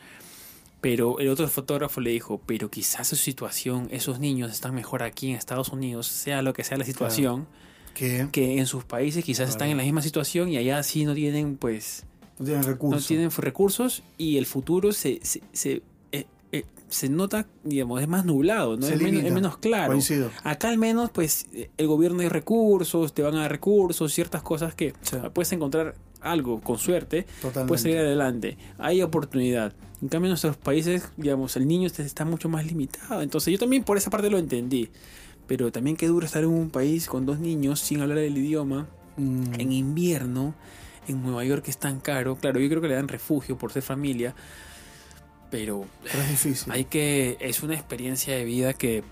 Pero el otro fotógrafo le dijo, pero quizás su situación, esos niños están mejor aquí en Estados Unidos, sea lo que sea la situación,
Que
que en sus países quizás están
Claro.
en la misma situación y allá sí no tienen pues
no tienen recursos.
no tienen fu- recursos y el futuro se, se, se, eh, eh, se nota, digamos, es más nublado, ¿no?
Se
Es menos,
limita.
es menos claro.
Coincido.
Acá al menos, pues, eh, el gobierno hay recursos, te van a dar recursos, ciertas cosas que
Sí.
puedes encontrar algo con suerte,
Totalmente.
puedes salir adelante, hay oportunidad. En cambio, en nuestros países, digamos, el niño este está mucho más limitado. Entonces, yo también por esa parte lo entendí. Pero también qué duro estar en un país con dos niños sin hablar el idioma
Mm.
en invierno, en Nueva York que es tan caro. Claro, yo creo que le dan refugio por ser familia, pero
Pero es difícil.
hay que. Es una experiencia de vida que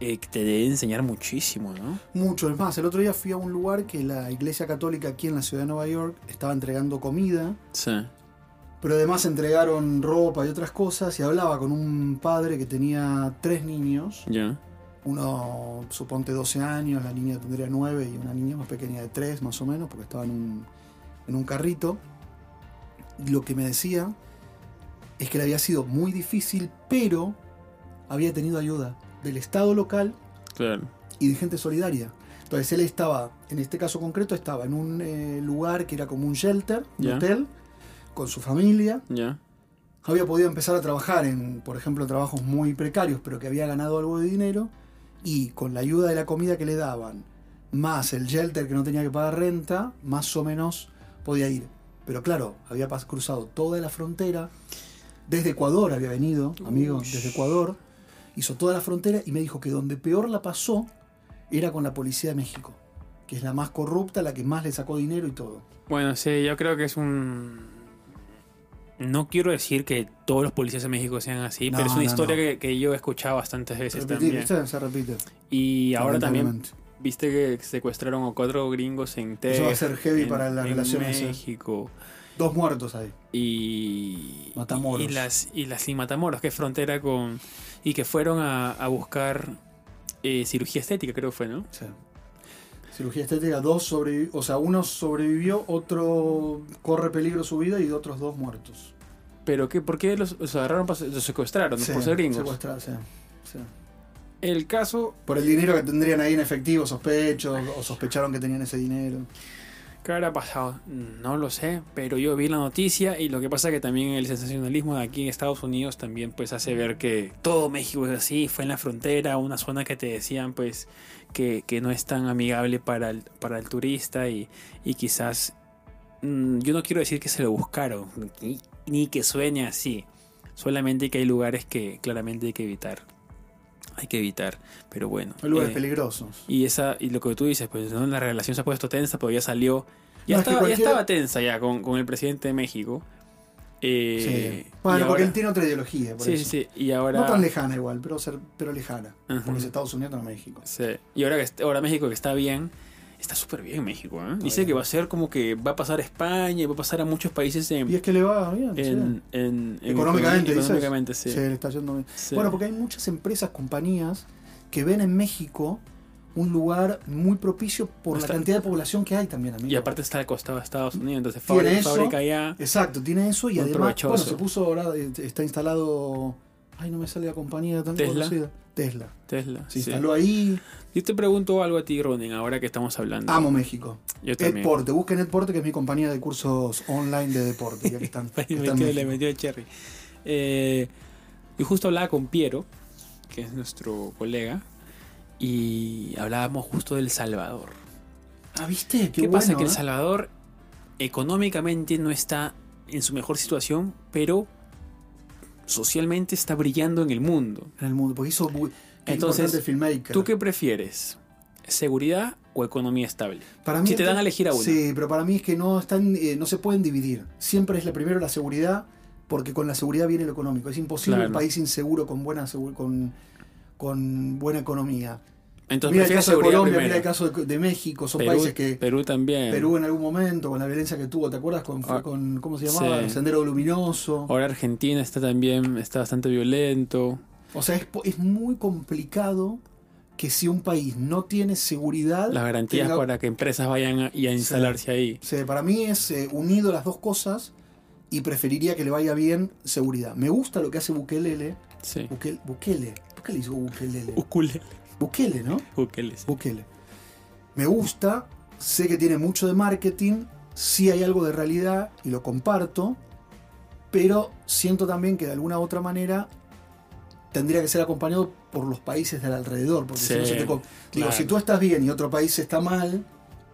eh, que te debe enseñar muchísimo, ¿no?
Mucho. Es más, el otro día fui a un lugar que la iglesia católica aquí en la ciudad de Nueva York estaba entregando comida,
Sí.
pero además entregaron ropa y otras cosas. Y hablaba con un padre que tenía tres niños.
Ya.
Uno, suponte, 12 años, la niña tendría 9 y una niña más pequeña de 3 más o menos, porque estaba en un, en un carrito. Y lo que me decía es que le había sido muy difícil, pero había tenido ayuda del Estado local
Claro.
y de gente solidaria. Entonces él estaba, en este caso concreto, estaba en un eh, lugar que era como un shelter, un
Ya.
hotel, con su familia.
Ya.
Había podido empezar a trabajar en, por ejemplo, trabajos muy precarios, pero que había ganado algo de dinero. Y con la ayuda de la comida que le daban, más el shelter que no tenía que pagar renta, más o menos podía ir. Pero claro, había pas- cruzado toda la frontera. Desde Ecuador había venido, amigo,
Ush.
desde Ecuador. Hizo toda la frontera y me dijo que donde peor la pasó era con la policía de México, que es la más corrupta, la que más le sacó dinero y todo.
Bueno, sí, yo creo que es un. No quiero decir que todos los policías de México sean así,
No,
pero es una
no,
historia
no.
Que, que yo he escuchado bastantes veces
Repetí,
también.
¿viste? Se repite.
Y ahora también
lamentablemente.
Viste que secuestraron a cuatro gringos en Texas.
Eso va a ser heavy
en-
para las
en
relaciones, eh.
México.
Dos muertos ahí.
Y.
Matamoros.
Y las, y las y Matamoros, que es frontera con. Y que fueron a, a buscar eh, cirugía estética, creo que fue, ¿no?
Sí. Cirugía estética, dos sobrevi- o sea, uno sobrevivió, otro corre peligro su vida y otros dos muertos.
Pero que, ¿por qué los, los agarraron? pa- Los secuestraron
Sí,
por ser gringos.
secuestra- sí, sí.
El caso,
Por el dinero que tendrían ahí en efectivo, sospecho, o sospecharon que tenían ese dinero.
¿qué habrá pasado? No lo sé, pero yo vi la noticia y lo que pasa que también el sensacionalismo de aquí en Estados Unidos también pues hace ver que todo México es así, fue en la frontera, una zona que te decían pues que, que no es tan amigable para el, para el turista y, y quizás mm, yo no quiero decir que se lo buscaron, ni, ni que suene así, solamente que hay lugares que claramente hay que evitar, hay que evitar, pero bueno.
Hay lugares
eh,
peligrosos.
y esa y lo que tú dices, pues ¿no? la relación se ha puesto tensa, pero ya salió. Ya,
No, es que
estaba, ya
cualquiera-
estaba tensa ya con, con el presidente de México. Eh,
Sí.
y
Bueno, porque
ahora-
él tiene otra ideología, por
Sí,
eso.
sí, sí, Y ahora.
No tan lejana igual, pero, ser- pero lejana.
Ujú.
Porque es Estados Unidos, no México.
Sí. Y ahora, que est- ahora México que está bien, Está súper bien México, ¿eh? Dice que va a ser como que va a pasar a España y va a pasar a muchos países en...
Y es que le va bien.
en, en-
sí.
en-
Económicamente, dices.
económicamente, sí.
Sí, le está yendo bien.
Sí.
Bueno, porque hay muchas empresas, compañías que ven en México un lugar muy propicio por
Está-
la cantidad de población que hay también, amigo.
Y aparte está al costado de Estados Unidos, entonces
Tiene
fábrica,
eso.
fábrica allá.
Exacto, tiene eso y
Muy
además,
provechoso.
bueno, se puso ahora, eh, está instalado, ay, no me sale la compañía tan
Tesla.
conocida. Tesla.
Tesla.
Se
sí.
instaló ahí.
Yo te pregunto algo a ti, Ronen, ahora que estamos hablando.
Amo México.
Yo también.
Edporte, busquen Edporte, que es mi compañía de cursos online de deporte. Ya que están, que
Le
están en
metió, le
México.
metió el cherry. Eh, yo justo hablaba con Piero, que es nuestro colega, y hablábamos justo del Salvador.
Ah, ¿viste? Qué,
¿Qué, pasa?
bueno,
que El
¿eh?
Salvador económicamente no está en su mejor situación, pero socialmente está brillando en el mundo.
En el mundo, porque hizo muy
Entonces,
importante filmmaker.
¿Tú qué prefieres? ¿Seguridad o economía estable?
Para mí
si te
esto-
dan a elegir a uno.
Sí, pero para mí es que no están, eh, no se pueden dividir. Siempre es la primero la seguridad, porque con la seguridad viene lo económico. Es imposible
Claro.
un país inseguro con buena segu- con, con buena economía.
Entonces,
Mira el
prefieres
caso de
seguridad
Colombia,
primero.
mira el caso de, de México, son
Perú,
países que
Perú también.
Perú en algún momento, con la violencia que tuvo, ¿te acuerdas? Con, fue
Ah,
con ¿cómo se llamaba?
sí. Ah.
Sendero Luminoso.
Ahora Argentina está también, está bastante violento.
O sea, es, po- es muy complicado que si un país no tiene seguridad,
Las garantías
tenga-
para que empresas vayan a, y a instalarse ahí.
O sea, para mí es eh, unido las dos cosas y preferiría que le vaya bien seguridad. Me gusta lo que hace Bukelele.
Sí.
Bukele, Bukele. ¿Por qué le hizo Bukelele?
Ucule.
Bukele, ¿no?
Ukeles.
Bukele. Me gusta, sé que tiene mucho de marketing, sí hay algo de realidad y lo comparto, pero siento también que de alguna u otra manera tendría que ser acompañado por los países del alrededor, porque si
Sí,
no se te com- digo,
claro.
si tú estás bien y otro país está mal,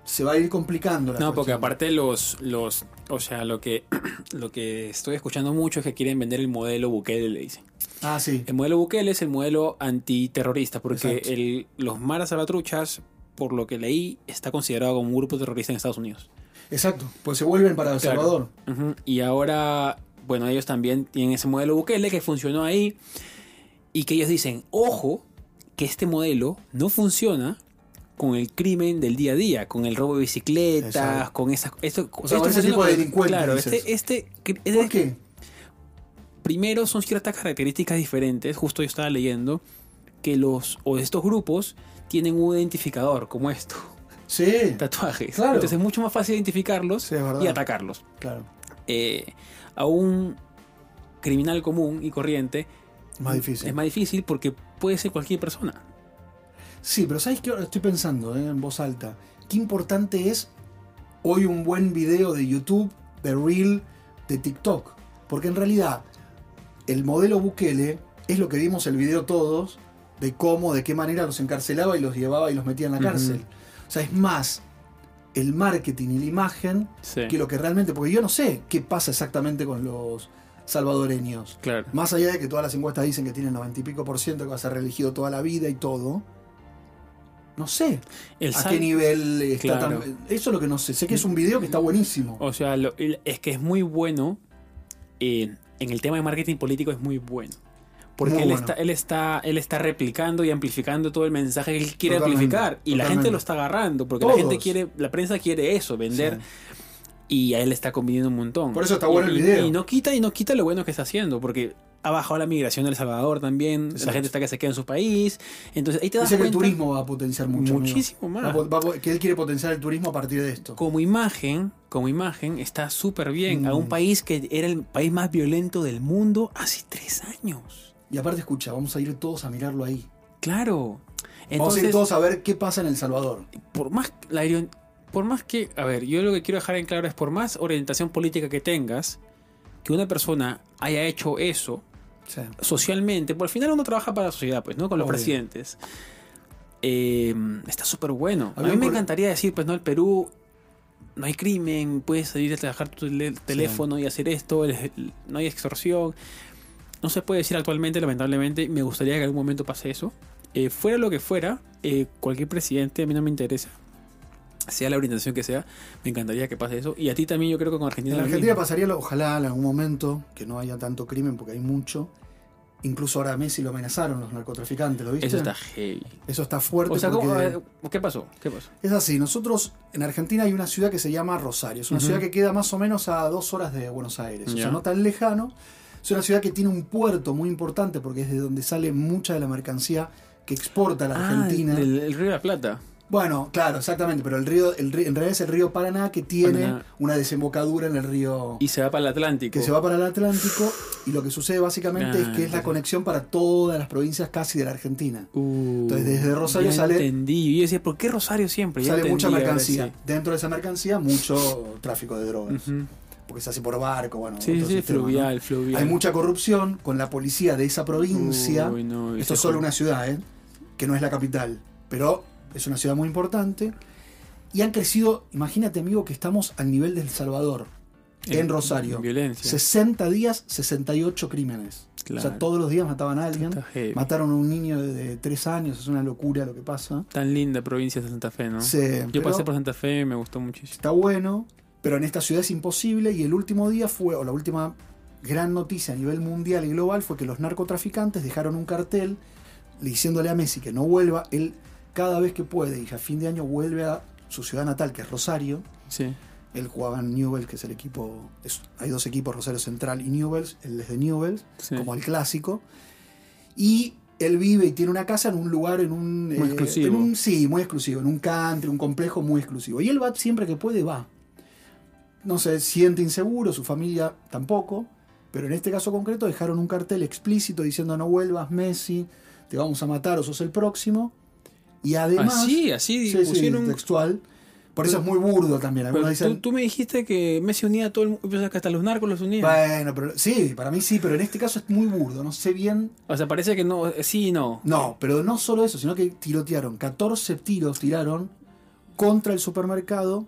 se va a ir complicando la
No, porque
cuestión.
aparte los, los, o sea, lo que, lo que estoy escuchando mucho es que quieren vender el modelo Bukele, le dicen.
Ah, sí.
El modelo Bukele es el modelo antiterrorista, porque
Exacto.
el, los maras salvatruchas, por lo que leí, está considerado como un grupo terrorista en Estados Unidos.
Exacto, pues se vuelven para El
Claro.
Salvador.
Ujú, Y ahora, bueno, ellos también tienen ese modelo Bukele que funcionó ahí y que ellos dicen, ojo, que este modelo no funciona con el crimen del día a día, con el robo de bicicletas,
Exacto.
con esas esto,
O sea,
esto
con ese tipo de
funciona con-
delincuentes,
Claro,
dices.
este, este, que-
¿Por
este-
qué?
primero son ciertas características diferentes, justo yo estaba leyendo que los o estos grupos tienen un identificador como esto,
Sí,
tatuajes.
Claro.
Entonces es mucho más fácil identificarlos
Sí, es verdad.
y atacarlos
claro.
eh, a un criminal común y corriente
Más difícil.
es más difícil porque puede ser cualquier persona.
Sí, pero ¿sabes qué? Ahora estoy pensando eh, en voz alta. Qué importante es hoy un buen video de YouTube, de Reel, de TikTok. Porque en realidad, el modelo Bukele es lo que vimos el video todos de cómo, de qué manera los encarcelaba y los llevaba y los metía en la
Ujú.
cárcel. O sea, es más el marketing y la imagen
Sí.
que lo que realmente. Porque yo no sé qué pasa exactamente con los salvadoreños.
Claro.
Más allá de que todas las encuestas dicen que tienen 90 y pico por ciento, que va a ser reelegido toda la vida y todo. No sé
El
a
sal-
qué nivel está
Claro.
tan- Eso es lo que no sé. Sé que es un video que está buenísimo.
O sea, lo- el- es que es muy bueno. eh, en el tema de marketing político es muy bueno. Porque
Muy
él,
bueno.
Está, él, está, él está replicando y amplificando todo el mensaje que él quiere
Totalmente,
amplificar. Y la
totalmente.
gente lo está agarrando. Porque
Todos.
la gente quiere, la prensa quiere eso, vender. Y a él le está conviniendo un montón.
Por eso está bueno
Y-
el
y-
video.
Y no quita, y no quita lo bueno que está haciendo, porque ha bajado la migración de El Salvador también,
Exacto.
la gente está que se queda en su país. Entonces ahí te das
Dice que el
cuenta
turismo va a potenciar mucho. amigo.
muchísimo
Va a
más.
po- va a po- que él quiere potenciar el turismo a partir de esto.
Como imagen, como imagen, está súper bien. A
Mm.
un país que era el país más violento del mundo hace tres años.
Y aparte, escucha, vamos a ir todos a mirarlo ahí.
Claro.
vamos a ir
Entonces,
todos a ver qué pasa en El Salvador.
por más la ori- por más que, a ver, yo lo que quiero dejar en claro es por más orientación política que tengas, que una persona haya hecho eso, socialmente, por al final uno trabaja para la sociedad, pues, ¿no? Con los
Obvio.
presidentes. Eh, está súper bueno. A
Había
mí
un
me
pro-
encantaría decir, pues, ¿no? El Perú no hay crimen, puedes salir a trabajar tu tele- teléfono y hacer esto, el- el- no hay extorsión. No se puede decir actualmente, lamentablemente, me gustaría que en algún momento pase eso. Eh, fuera lo que fuera, eh, cualquier presidente a mí no me interesa. Sea la orientación que sea, me encantaría que pase eso. Y a ti también yo creo que con Argentina...
En
lo
Argentina
mismo.
pasaría, lo- ojalá en algún momento, que no haya tanto crimen porque hay mucho, Incluso ahora a Messi lo amenazaron los narcotraficantes, ¿lo viste?
Eso está heavy.
Eso está fuerte.
O sea, ¿cómo- Ah, eh.
porque...
a ver, ¿qué pasó? ¿Qué pasó?
Es así, nosotros en Argentina hay una ciudad que se llama Rosario. Es una
Ujú.
ciudad que queda más o menos a dos horas de Buenos Aires, o
Ya.
sea, no tan lejano. Es una ciudad que tiene un puerto muy importante porque es de donde sale mucha de la mercancía que exporta la Argentina.
Ah, del, del Río de la Plata.
Bueno, claro, exactamente, pero el río, el río- en realidad es el río Paraná que tiene
Paraná.
una desembocadura en el río
Y se va para el Atlántico.
que se va para el Atlántico y lo que sucede básicamente es que es la
Claro.
conexión para todas las provincias casi de la Argentina.
Uh,
Entonces, desde Rosario
ya
sale-
Entendí. Y yo decía, ¿por qué Rosario siempre? Ya
Sale
entendí,
mucha
ahora
mercancía.
sí.
Dentro de esa mercancía, mucho tráfico de drogas.
Ujú.
porque se hace por barco, bueno.
Sí,
otro
sí,
sistema, ¿no?
fluvial, fluvial.
Hay mucha corrupción con la policía de esa provincia.
Uy, no, este ese
Esto es solo
juego.
una ciudad, ¿eh? Que no es la capital, pero es una ciudad muy importante. Y han crecido, imagínate amigo, que estamos al nivel del Salvador, en, Rosario.
en violencia.
60 días, 68 crímenes. O
Claro.
sea, todos los días mataban a alguien.
Está heavy.
Mataron a un niño de 3 años, es una locura lo que pasa.
Tan linda provincia de Santa Fe, ¿no?
Se-
Yo
pero-
pasé por Santa Fe y me gustó muchísimo.
está bueno, pero en esta ciudad es imposible. Y el último día fue, o la última gran noticia a nivel mundial y global fue que los narcotraficantes dejaron un cartel diciéndole a Messi que no vuelva. Él, cada vez que puede, y a fin de año vuelve a su ciudad natal, que es Rosario.
Sí.
Él jugaba en Newell's, que es el equipo. es- hay dos equipos, Rosario Central y Newell's. Él es de Newell's,
Sí.
como el clásico. Y él vive y tiene una casa en un lugar, en un. eh,
Muy exclusivo.
en un- sí, muy exclusivo, en un country, un complejo muy exclusivo. Y él va siempre que puede, va. No se siente inseguro, su familia tampoco. Pero en este caso concreto dejaron un cartel explícito diciendo: No vuelvas, Messi, te vamos a matar o sos el próximo. Y además.
así, así
Sí, sí,
¿Ah, pusieron.
textual. Por eso es muy burdo también.
Pero
Algunos
tú,
dicen,
tú me dijiste que Messi unía a todo el mundo. O sea, que hasta los narcos los unía.
Bueno, pero sí, para mí sí, pero en este caso es muy burdo, no sé bien.
O sea, parece que no. eh, Sí y no.
No, pero no solo eso, sino que tirotearon, 14 tiros tiraron contra el supermercado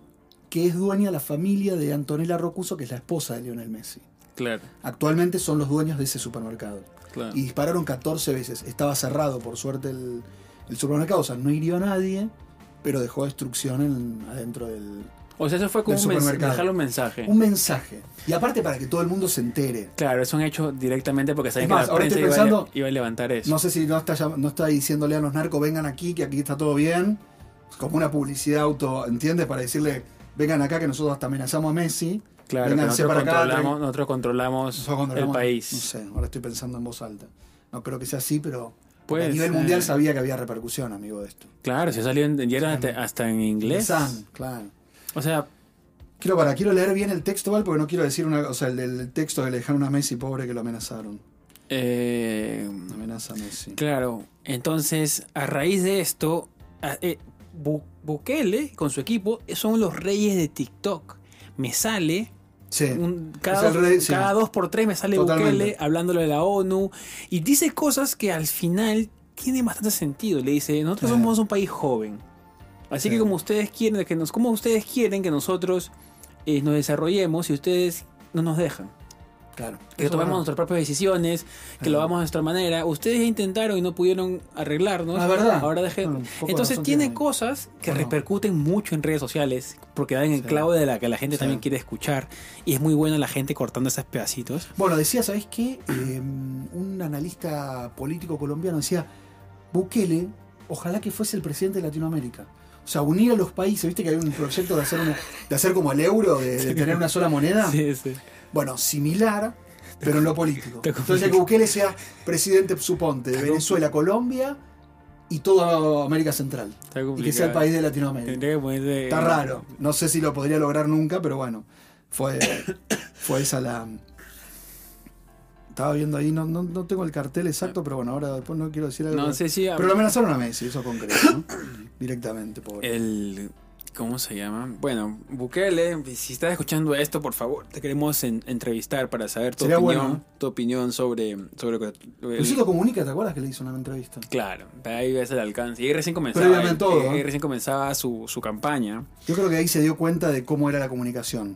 que es dueña la familia de Antonella Rocuso, que es la esposa de Lionel Messi.
Claro,
Actualmente son los dueños de ese supermercado.
claro.
Y dispararon 14 veces. Estaba cerrado, por suerte, el, el supermercado, o sea, no hirió a nadie, pero dejó destrucción en- adentro del...
o sea, eso fue como
del
un mens-
supermercado.
dejarle un mensaje.
Un mensaje. Y aparte para que todo el mundo se entere.
Claro, es un hecho directamente porque sabían
Es
que
más,
la
ahora
prensa
estoy
iba, a le-
pensando-
iba a levantar eso.
No sé si no está, llam- no está diciéndole a los narcos, vengan aquí, que aquí está todo bien. Como una publicidad auto, ¿entiendes? Para decirle, vengan acá, que nosotros hasta amenazamos a Messi.
claro, que
vénganse
nosotros,
para acá,
controlamos,
tra-
nosotros controlamos
Nosotros controlamos-
el país.
No sé, ahora estoy pensando en voz alta. No creo que sea así, pero
Puede
a nivel
ser.
mundial sabía que había repercusión, amigo, de esto.
Pues, eh, Claro, se salió en, ya era hasta, hasta en inglés.
San, claro.
O sea,
Quiero, para, quiero leer bien el texto, ¿vale? Porque no quiero decir una. O sea, el del texto que le dejaron a Messi, pobre que lo amenazaron.
eh,
Amenaza a Messi.
claro. Entonces, a raíz de esto, a- eh, Bu- Bukele con su equipo son los reyes de TikTok. Me sale
Sí.
Un-
Es
cada,
el
dos,
rey, sí.
cada dos por tres me sale
Totalmente.
Bukele hablándole de la ONU y dice cosas que al final tienen bastante sentido. Le dice, nosotros
Sí.
somos un país joven. Así
Sí.
que como ustedes quieren que nos, como ustedes quieren que nosotros eh, nos desarrollemos y ustedes no nos dejan.
Claro.
Que
Eso,
tomemos
bueno.
nuestras propias decisiones, que lo
Ajá.
hagamos de nuestra manera. Ustedes ya intentaron y no pudieron arreglarnos.
La Ah, verdad.
Ahora dejen.
Bueno, un poco de
Entonces
razón
tiene
tiene.
cosas que
Bueno.
repercuten mucho en redes sociales, porque dan el
Sí.
clavo de la que la gente
Sí.
también quiere escuchar. Y es muy bueno la gente cortando esos pedacitos.
Bueno, decía, ¿sabés qué? Eh, un analista político colombiano decía, Bukele, ojalá que fuese el presidente de Latinoamérica. O sea, unir a los países, viste que hay un proyecto de hacer, una- de hacer como el euro, de, de tener una sola moneda.
Sí, sí.
Bueno, similar, pero en lo político.
Te complico.
Entonces que Bukele sea presidente, suponte, de Venezuela, Colombia y toda América Central.
Está
Y que sea el
complicado.
país de Latinoamérica.
Tendría que ponerle-
Está raro. No sé si lo podría lograr nunca, pero bueno. Fue, fue esa la. Estaba viendo ahí, no, no, no tengo el cartel exacto, pero bueno, ahora después no quiero decir algo.
No sé si.
Pero lo amenazaron a Messi, eso concreto, ¿no? Directamente, pobre.
Eh, El. ¿Cómo se llama? Bueno, Bukele, si estás escuchando esto, por favor, te queremos en- entrevistar para saber tu
Sería
opinión,
bueno. Pues
tu opinión sobre, sobre eh,
Luisito Comunica, ¿te acuerdas que le hizo una entrevista?
Claro, ahí ves el alcance. Y ahí recién comenzaba,
Previamente
eh,
todo,
eh,
¿eh?
recién comenzaba su, su campaña.
Yo creo que ahí se dio cuenta de cómo era la comunicación.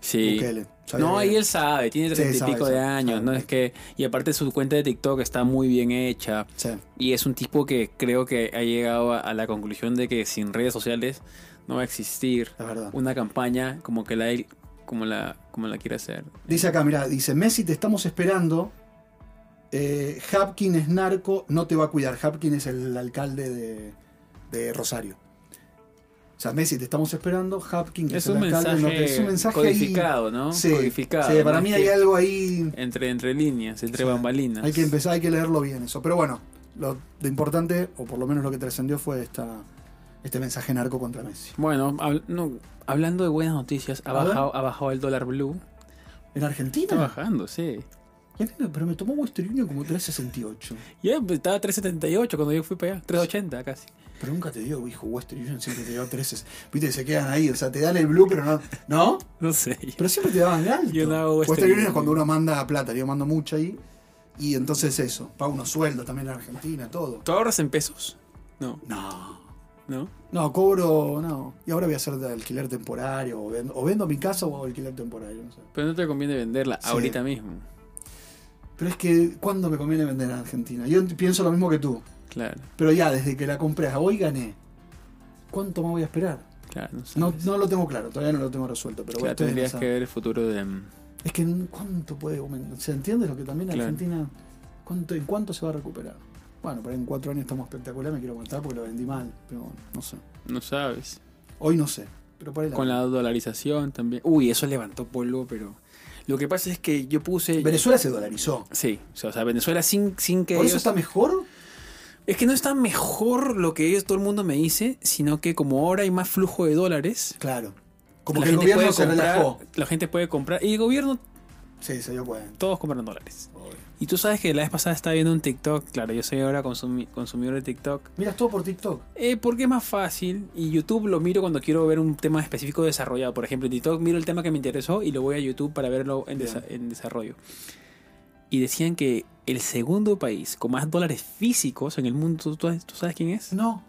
Sí.
Bukele. Sabía
No,
que-
ahí él sabe, tiene
Sí,
treinta y
sabe,
pico de
sabe,
años,
sabe.
¿no? Es que, y aparte su cuenta de TikTok está muy bien hecha.
Sí.
Y es un tipo que creo que ha llegado a, a la conclusión de que sin redes sociales no va a existir
La verdad.
una campaña como que la él- como la como la quiere hacer.
Dice acá, mira, dice, Messi, te estamos esperando. Eh, Hapkin es narco, no te va a cuidar. Hapkin es el alcalde de, de Rosario. O sea, Messi, te estamos esperando. Hapkin, que
Es
el
un
alcalde,
mensaje,
no te- es un mensaje ahí.
codificado, ¿no?
Sí,
codificado.
sí, para
¿no?
mí
Es
hay
que
algo ahí.
Entre, entre líneas, entre
Sí.
bambalinas.
Hay que empezar, hay que leerlo bien eso. Pero bueno, lo, lo importante, o por lo menos lo que trascendió, fue esta, este mensaje narco contra Messi.
Bueno, habl- no, hablando de buenas noticias, ha
A ver.
bajado, ha bajado el dólar blue.
¿En
Está
Argentina?
bajando, sí.
Y a mí me- pero me tomó Western Union como 368.
Ya pues, estaba 3.78 cuando yo fui para allá. 3.80 casi.
Pero nunca te dio, hijo, Western Union siempre te dio 13. Viste, se quedan ahí, o sea, te dan el blue, pero no. ¿No?
No sé.
Pero siempre te daban el alto.
Yo no hago
Western
Western
Union es
Union.
cuando uno manda plata, yo mando mucha ahí. Y entonces eso, paga unos sueldos también en Argentina, todo.
¿Tú ahorras en pesos? No,
No.
no.
No, cobro, no. Y ahora voy a hacer de alquiler temporario, o vendo, o vendo mi casa o alquiler temporario, no sé.
Pero no te conviene venderla
Sí.
ahorita mismo.
Pero es que, ¿cuándo me conviene vender en Argentina? Yo pienso lo mismo que tú.
Claro,
Pero ya, desde que la compré a hoy gané. ¿Cuánto me voy a esperar?
claro. No, sé.
No, no lo tengo claro, todavía no lo tengo resuelto. Pero bueno,
Claro,
estoy en
tendrías
esa-
que ver el futuro de. mm,
Es que en cuánto puede aumentar. ¿Se entiende lo que también
Claro.
Argentina? ¿cuánto, ¿En cuánto se va a recuperar? Bueno, pero en cuatro años estamos espectacular, me quiero aguantar porque lo vendí mal. Pero bueno, no sé.
No sabes.
Hoy no sé. Pero por ahí la-
Con la dolarización también. Uy, eso levantó polvo, pero. Lo que pasa es que yo puse.
Venezuela se dolarizó.
Sí, o sea, o sea, Venezuela sin, sin que.
¿Por eso
ellos-
está mejor?
Es que no está mejor lo que ellos, todo el mundo me dice, sino que como ahora hay más flujo de dólares.
Claro. Como
la
que el
gente puede
gobierno se
comprar-
relajó.
La gente puede comprar. Y el gobierno,
Sí, se dio cuenta.
todos compran dólares.
Obvio.
Y tú sabes que la vez pasada estaba viendo un TikTok. Claro, yo soy ahora consumi- consumidor de TikTok.
Miras todo por TikTok.
Eh, porque es más fácil y YouTube lo miro cuando quiero ver un tema específico desarrollado. Por ejemplo, en TikTok miro el tema que me interesó y lo voy a YouTube para verlo en, desa- en desarrollo. Y decían que el segundo país con más dólares físicos en el mundo, ¿tú, tú- tú sabes quién es?
No.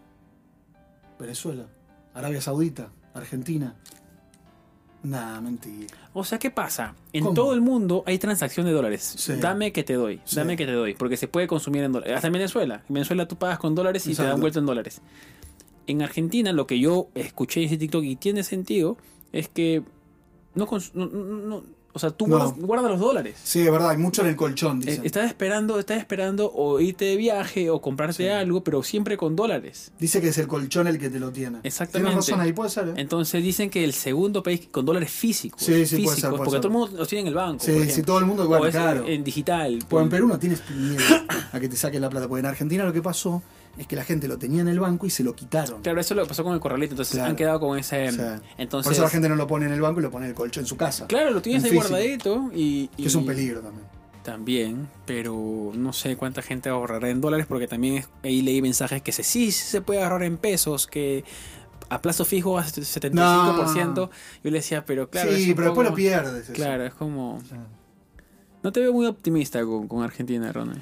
Venezuela. Arabia Saudita. Argentina. Nah, mentira.
O sea, ¿qué pasa? En
¿Cómo?
todo el mundo hay transacción de dólares.
Sí.
Dame que te doy,
Sí.
dame que te doy, porque se puede consumir en dólares. Hasta en Venezuela. En Venezuela tú pagas con dólares y te
Exacto.
dan vuelta en dólares. En Argentina, lo que yo escuché en ese TikTok y tiene sentido es que no, cons- no, no- no- o sea, tú
No.
guardas, guardas los dólares.
Sí, es verdad, hay mucho en el colchón,
Eh,
dicen.
Estás esperando, estás esperando o irte de viaje o comprarte
Sí.
algo, pero siempre con dólares.
Dice que es el colchón el que te lo tiene.
Exactamente.
Tienes razón ahí, puede ser, ¿eh?
Entonces dicen que el segundo país con dólares físicos,
Sí, sí, puede ser,
físicos,
puede
porque
ser.
todo el mundo los tiene en el banco. por
Sí, sí,
ejemplo.
todo el mundo
O
igual,
es
claro.
en digital.
Pues en Perú no tienes miedo a que te saquen la plata. Porque en Argentina lo que pasó es que la gente lo tenía en el banco y se lo quitaron.
Claro, eso es lo que pasó con el corralito, entonces
Claro.
han quedado con ese...
O sea,
entonces,
Por eso la gente no lo pone en el banco y lo pone en el colchón en su casa.
claro, lo tienes
en
ahí
físico.
guardadito y,
Que es un
y-
peligro también.
También, pero no sé cuánta gente ahorrará en dólares porque también es- ahí leí mensajes que se, sí, sí se puede ahorrar en pesos, que a plazo fijo a 75%. Yo le decía, pero claro... es
sí,
un
pero después
poco-
lo pierdes. eso.
Claro, es como...
Claro.
No te veo muy optimista con, con Argentina, Ronald.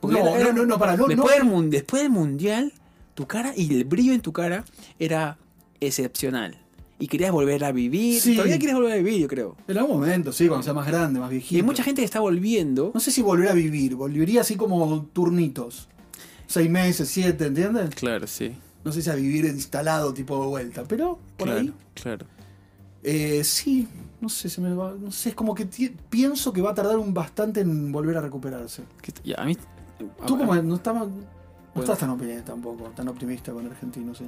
Porque
No,
era- era-
no, no, no, para, no, no.
después, del mun- después del mundial, tu cara y el brillo en tu cara era excepcional. Y querías volver a vivir.
Sí.
Todavía quieres volver a vivir, yo creo.
En algún momento, sí, cuando sea más grande, más viejito.
Y hay mucha gente que está volviendo.
No sé si volver a vivir, volvería así como turnitos. Seis meses, siete, ¿entiendes?
Claro, sí.
No sé si a vivir instalado tipo de vuelta, pero por ahí.
claro.
Eh, sí, no sé, se me va- no sé, es como que ti- pienso que va a tardar un bastante en volver a recuperarse.
Que- ya, a mí. a-
Tú
a-
como no, estabas- no
Ah, Bueno.
estás tan optimista tampoco, tan optimista con el argentino, sí.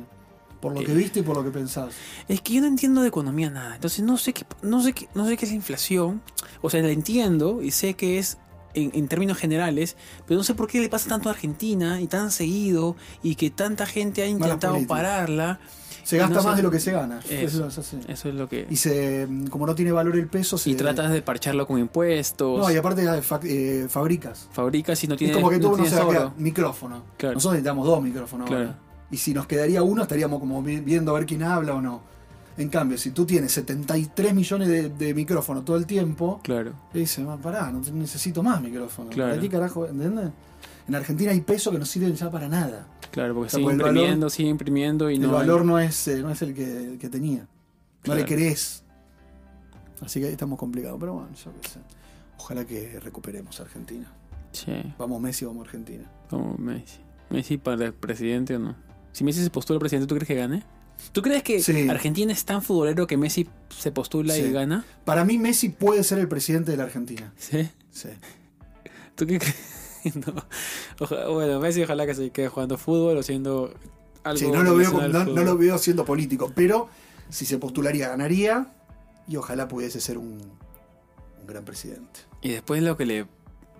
Por lo
Eh.
que viste y por lo que pensás.
Es que yo no entiendo de economía nada. Entonces no sé qué, no sé qué, no sé qué es la inflación. O sea, la entiendo y sé que es en, en términos generales, pero no sé por qué le pasa tanto a Argentina y tan seguido y que tanta gente ha intentado
políticas.
pararla.
Se
Y
gasta
no sé-
más de lo que se gana.
Eso.
Eso es así.
Eso es lo que.
Y se, como no tiene valor el peso, se.
y tratas de parcharlo con impuestos.
No, y aparte eh, fa- eh, fabricas.
fabricas y no
Es
tienes.
como que tú
no
no,
tienes
se va a
oro.
quedar micrófono.
Claro.
Nosotros necesitamos dos micrófonos.
Claro.
ahora. Y si nos quedaría uno, estaríamos como vi- viendo a ver quién habla o no. En cambio, si tú tienes 73 millones de, de micrófonos todo el tiempo,
Claro.
y dices, "Ah, pará, no te- necesito más micrófonos.
Claro.
¿Para qué carajo? ¿Entendés? En Argentina hay pesos que no sirven ya para nada.
Claro, porque
O sea,
sigue
por el
imprimiendo,
valor-
sigue imprimiendo y
El
no. hay-
valor no es, eh, no es el que, el que tenía. No
Claro.
le querés. Así que ahí estamos complicados. Pero bueno, yo qué sé. Ojalá que recuperemos a Argentina.
Sí,
Vamos Messi, vamos Argentina.
como Messi. Messi para presidente o no. Si Messi se postula presidente, ¿tú crees que gane? ¿Tú crees que
Sí.
Argentina es tan futbolero que Messi se postula y
Sí.
gana?
Para mí Messi puede ser el presidente de la Argentina.
Sí.
Sí.
¿Tú qué crees? No. Oja- bueno, Messi ojalá que se quede jugando fútbol o siendo algo.
Sí, no, lo veo,
relacionado
no,
al
no
fútbol.
lo veo siendo político, pero si se postularía ganaría y ojalá pudiese ser un, un gran presidente.
Y después lo que le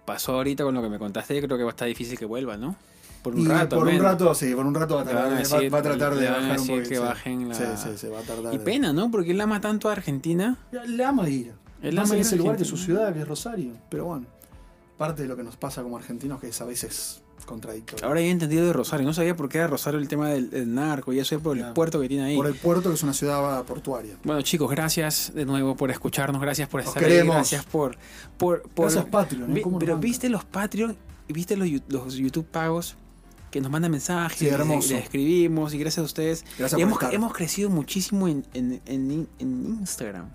pasó ahorita con lo que me contaste, creo que va a estar difícil que vuelva, ¿no? Por un
Y
rato.
por un
men.
rato, sí, por un rato va a
Le
tratar,
van a
va-
decir-
va a tratar de
le van a
bajar un
decir
poquito.
que
sí.
bajen la-
Sí, sí, sí, va a tardar.
Y
de-
pena, ¿no? Porque él ama tanto a Argentina.
Le ama ir.
Él
Más
ama
en
ir a
ese lugar que es su
Argentina.
ciudad, que es Rosario. Pero bueno, parte de lo que nos pasa como argentinos que es a veces contradictorio.
Ahora ya he entendido de Rosario. No sabía por qué era Rosario el tema del, del narco y eso es por el
Claro.
puerto que tiene ahí.
Por el puerto, que es una ciudad portuaria.
Bueno, chicos, gracias de nuevo por escucharnos. Gracias por
Os
estar ahí.
queremos.
Gracias por. por, por
Gracias, Patreon. ¿eh?
Vi-
¿Cómo nos
pero
mandan?
viste los Patreon, y viste los, yu- los YouTube pagos que nos mandan mensajes,
Sí,
les-
hermoso.
les escribimos y gracias a ustedes.
Gracias
Y
por
hemos,
estar.
hemos crecido muchísimo en, en, en- en Instagram.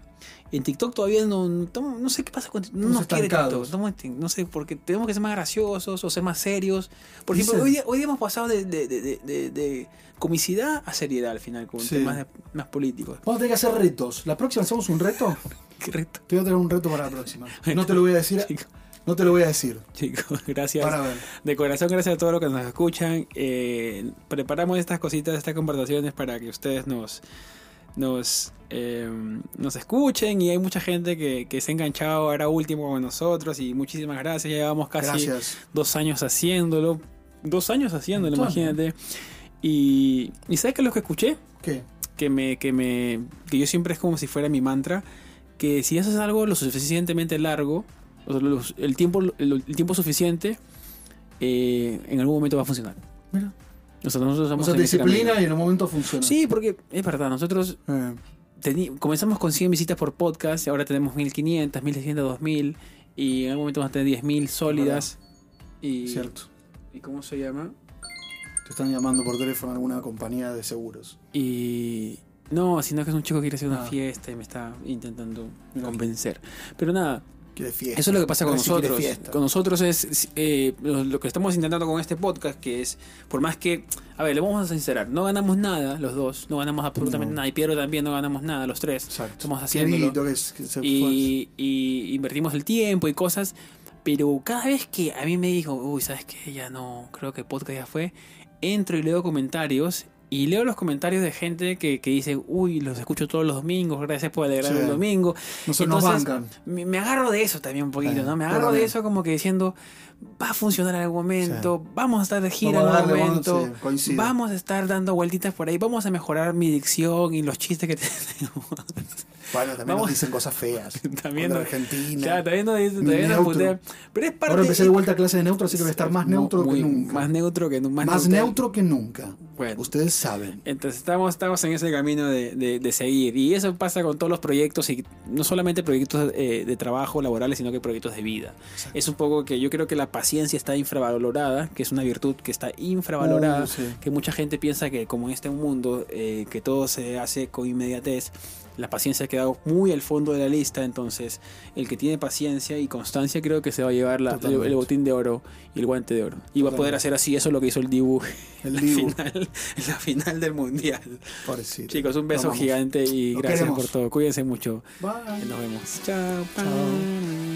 En TikTok todavía no, no, no sé qué pasa con TikTok. No
Estamos
nos quiere TikTok.
estancados.
No, no sé, porque tenemos que ser más graciosos o ser más serios. Por
Dicen-
ejemplo, hoy día, hoy día hemos pasado de, de- de- de- de- de comicidad a seriedad al final, con
Sí.
temas de- más políticos.
Vamos a tener que hacer retos. La próxima hacemos un reto.
Qué reto,
Te voy a tener un reto para la próxima. No te lo voy a decir.
chicos.
No te lo voy a decir.
Chicos, gracias.
Para ver.
De corazón, gracias a todos los que nos escuchan. Eh, preparamos estas cositas, estas conversaciones para que ustedes nos nos, eh, nos escuchen. Y hay mucha gente que, que se ha enganchado ahora último con nosotros. Y muchísimas gracias. Ya Llevamos casi
Gracias.
dos años haciéndolo. Dos años haciéndolo,
Un montón.
imagínate. Y, y ¿sabes qué es lo que escuché?
¿Qué?
que me, que me, que yo siempre es como si fuera mi mantra, que si haces algo lo suficientemente largo, o sea, los- el tiempo, el, el tiempo suficiente, eh, en algún momento va a funcionar.
Mira.
O sea, nosotros
O
somos
sea, te
en ese
disciplina
camino.
y en un momento funciona.
Sí, porque es verdad, nosotros
Eh,
teni- comenzamos con 100 visitas por podcast, ahora tenemos 1500, 1600, 2000, y en algún momento vamos a tener 10.000 sólidas. Y,
cierto.
¿Y cómo se llama?
Te están llamando por teléfono alguna compañía de seguros.
Y no, sino que es un chico que quiere hacer una
Ah.
fiesta y me está intentando
Mira.
convencer. Pero nada,
Quiere fiesta.
Eso es lo que pasa con
Ahora sí quiere
nosotros.
fiesta.
Con nosotros es eh, lo lo que estamos intentando con este podcast, que es, por más que, a ver, le vamos a sincerar, no ganamos nada los dos, no ganamos absolutamente
No.
nada, y Piero también no ganamos nada, los tres.
Exacto.
Estamos haciéndolo.
Querido, que es- que se esfuerce.
Y, y invertimos el tiempo y cosas, pero cada vez que a mí me dijo, uy, ¿sabes qué? Ya no, creo que el podcast ya fue, entro y leo comentarios. Y leo los comentarios de gente que, que dice, uy, los escucho todos los domingos, gracias por alegrar
Sí.
el domingo
No se nos
entonces-
bancan.
me, me agarro de eso también un poquito,
Eh,
¿no? Me
yo
agarro de
también.
eso como que diciendo, va a funcionar en algún momento, vamos a estar de gira
Vamos
en
a
algún
darle, vamos-
momento,
sí, coincido.
vamos a estar dando vueltitas por ahí, vamos a mejorar mi dicción y los chistes que tenemos.
Bueno, también
Vamos-
nos dicen cosas feas.
También no-
Contra Argentina.
Claro, también nos dicen- también nos
Neutro.
putean. Pero es parte
Ahora empecé de vuelta a clase de neutro, así que voy a estar más
Mu-
neutro
muy-
que nunca.
Más
Más,
neutro que nunca.
neutro que nunca.
Bueno.
Ustedes saben.
Entonces estamos, estamos en ese camino de, de- de seguir. Y eso pasa con todos los proyectos, y no solamente proyectos eh, de trabajo laborales, sino que proyectos de vida.
Exacto.
Es un poco que yo creo que la paciencia está infravalorada, que es una virtud que está infravalorada,
Uh, sí.
que mucha gente piensa que como en este mundo eh, que todo se hace con inmediatez, la paciencia ha quedado muy al fondo de la lista, entonces el que tiene paciencia y constancia creo que se va a llevar la- el,
Totalmente.
el botín de oro y el guante de oro. Y va a poder
Totalmente.
hacer así, eso es lo que hizo el Dibu
El
la
Dibu,
final, en la final del mundial.
pobrecito.
Chicos, un beso
Lo amamos.
gigante y
Lo
gracias
queremos.
por todo. Cuídense mucho.
Bye.
Nos vemos. Chao.
Chao.
bye.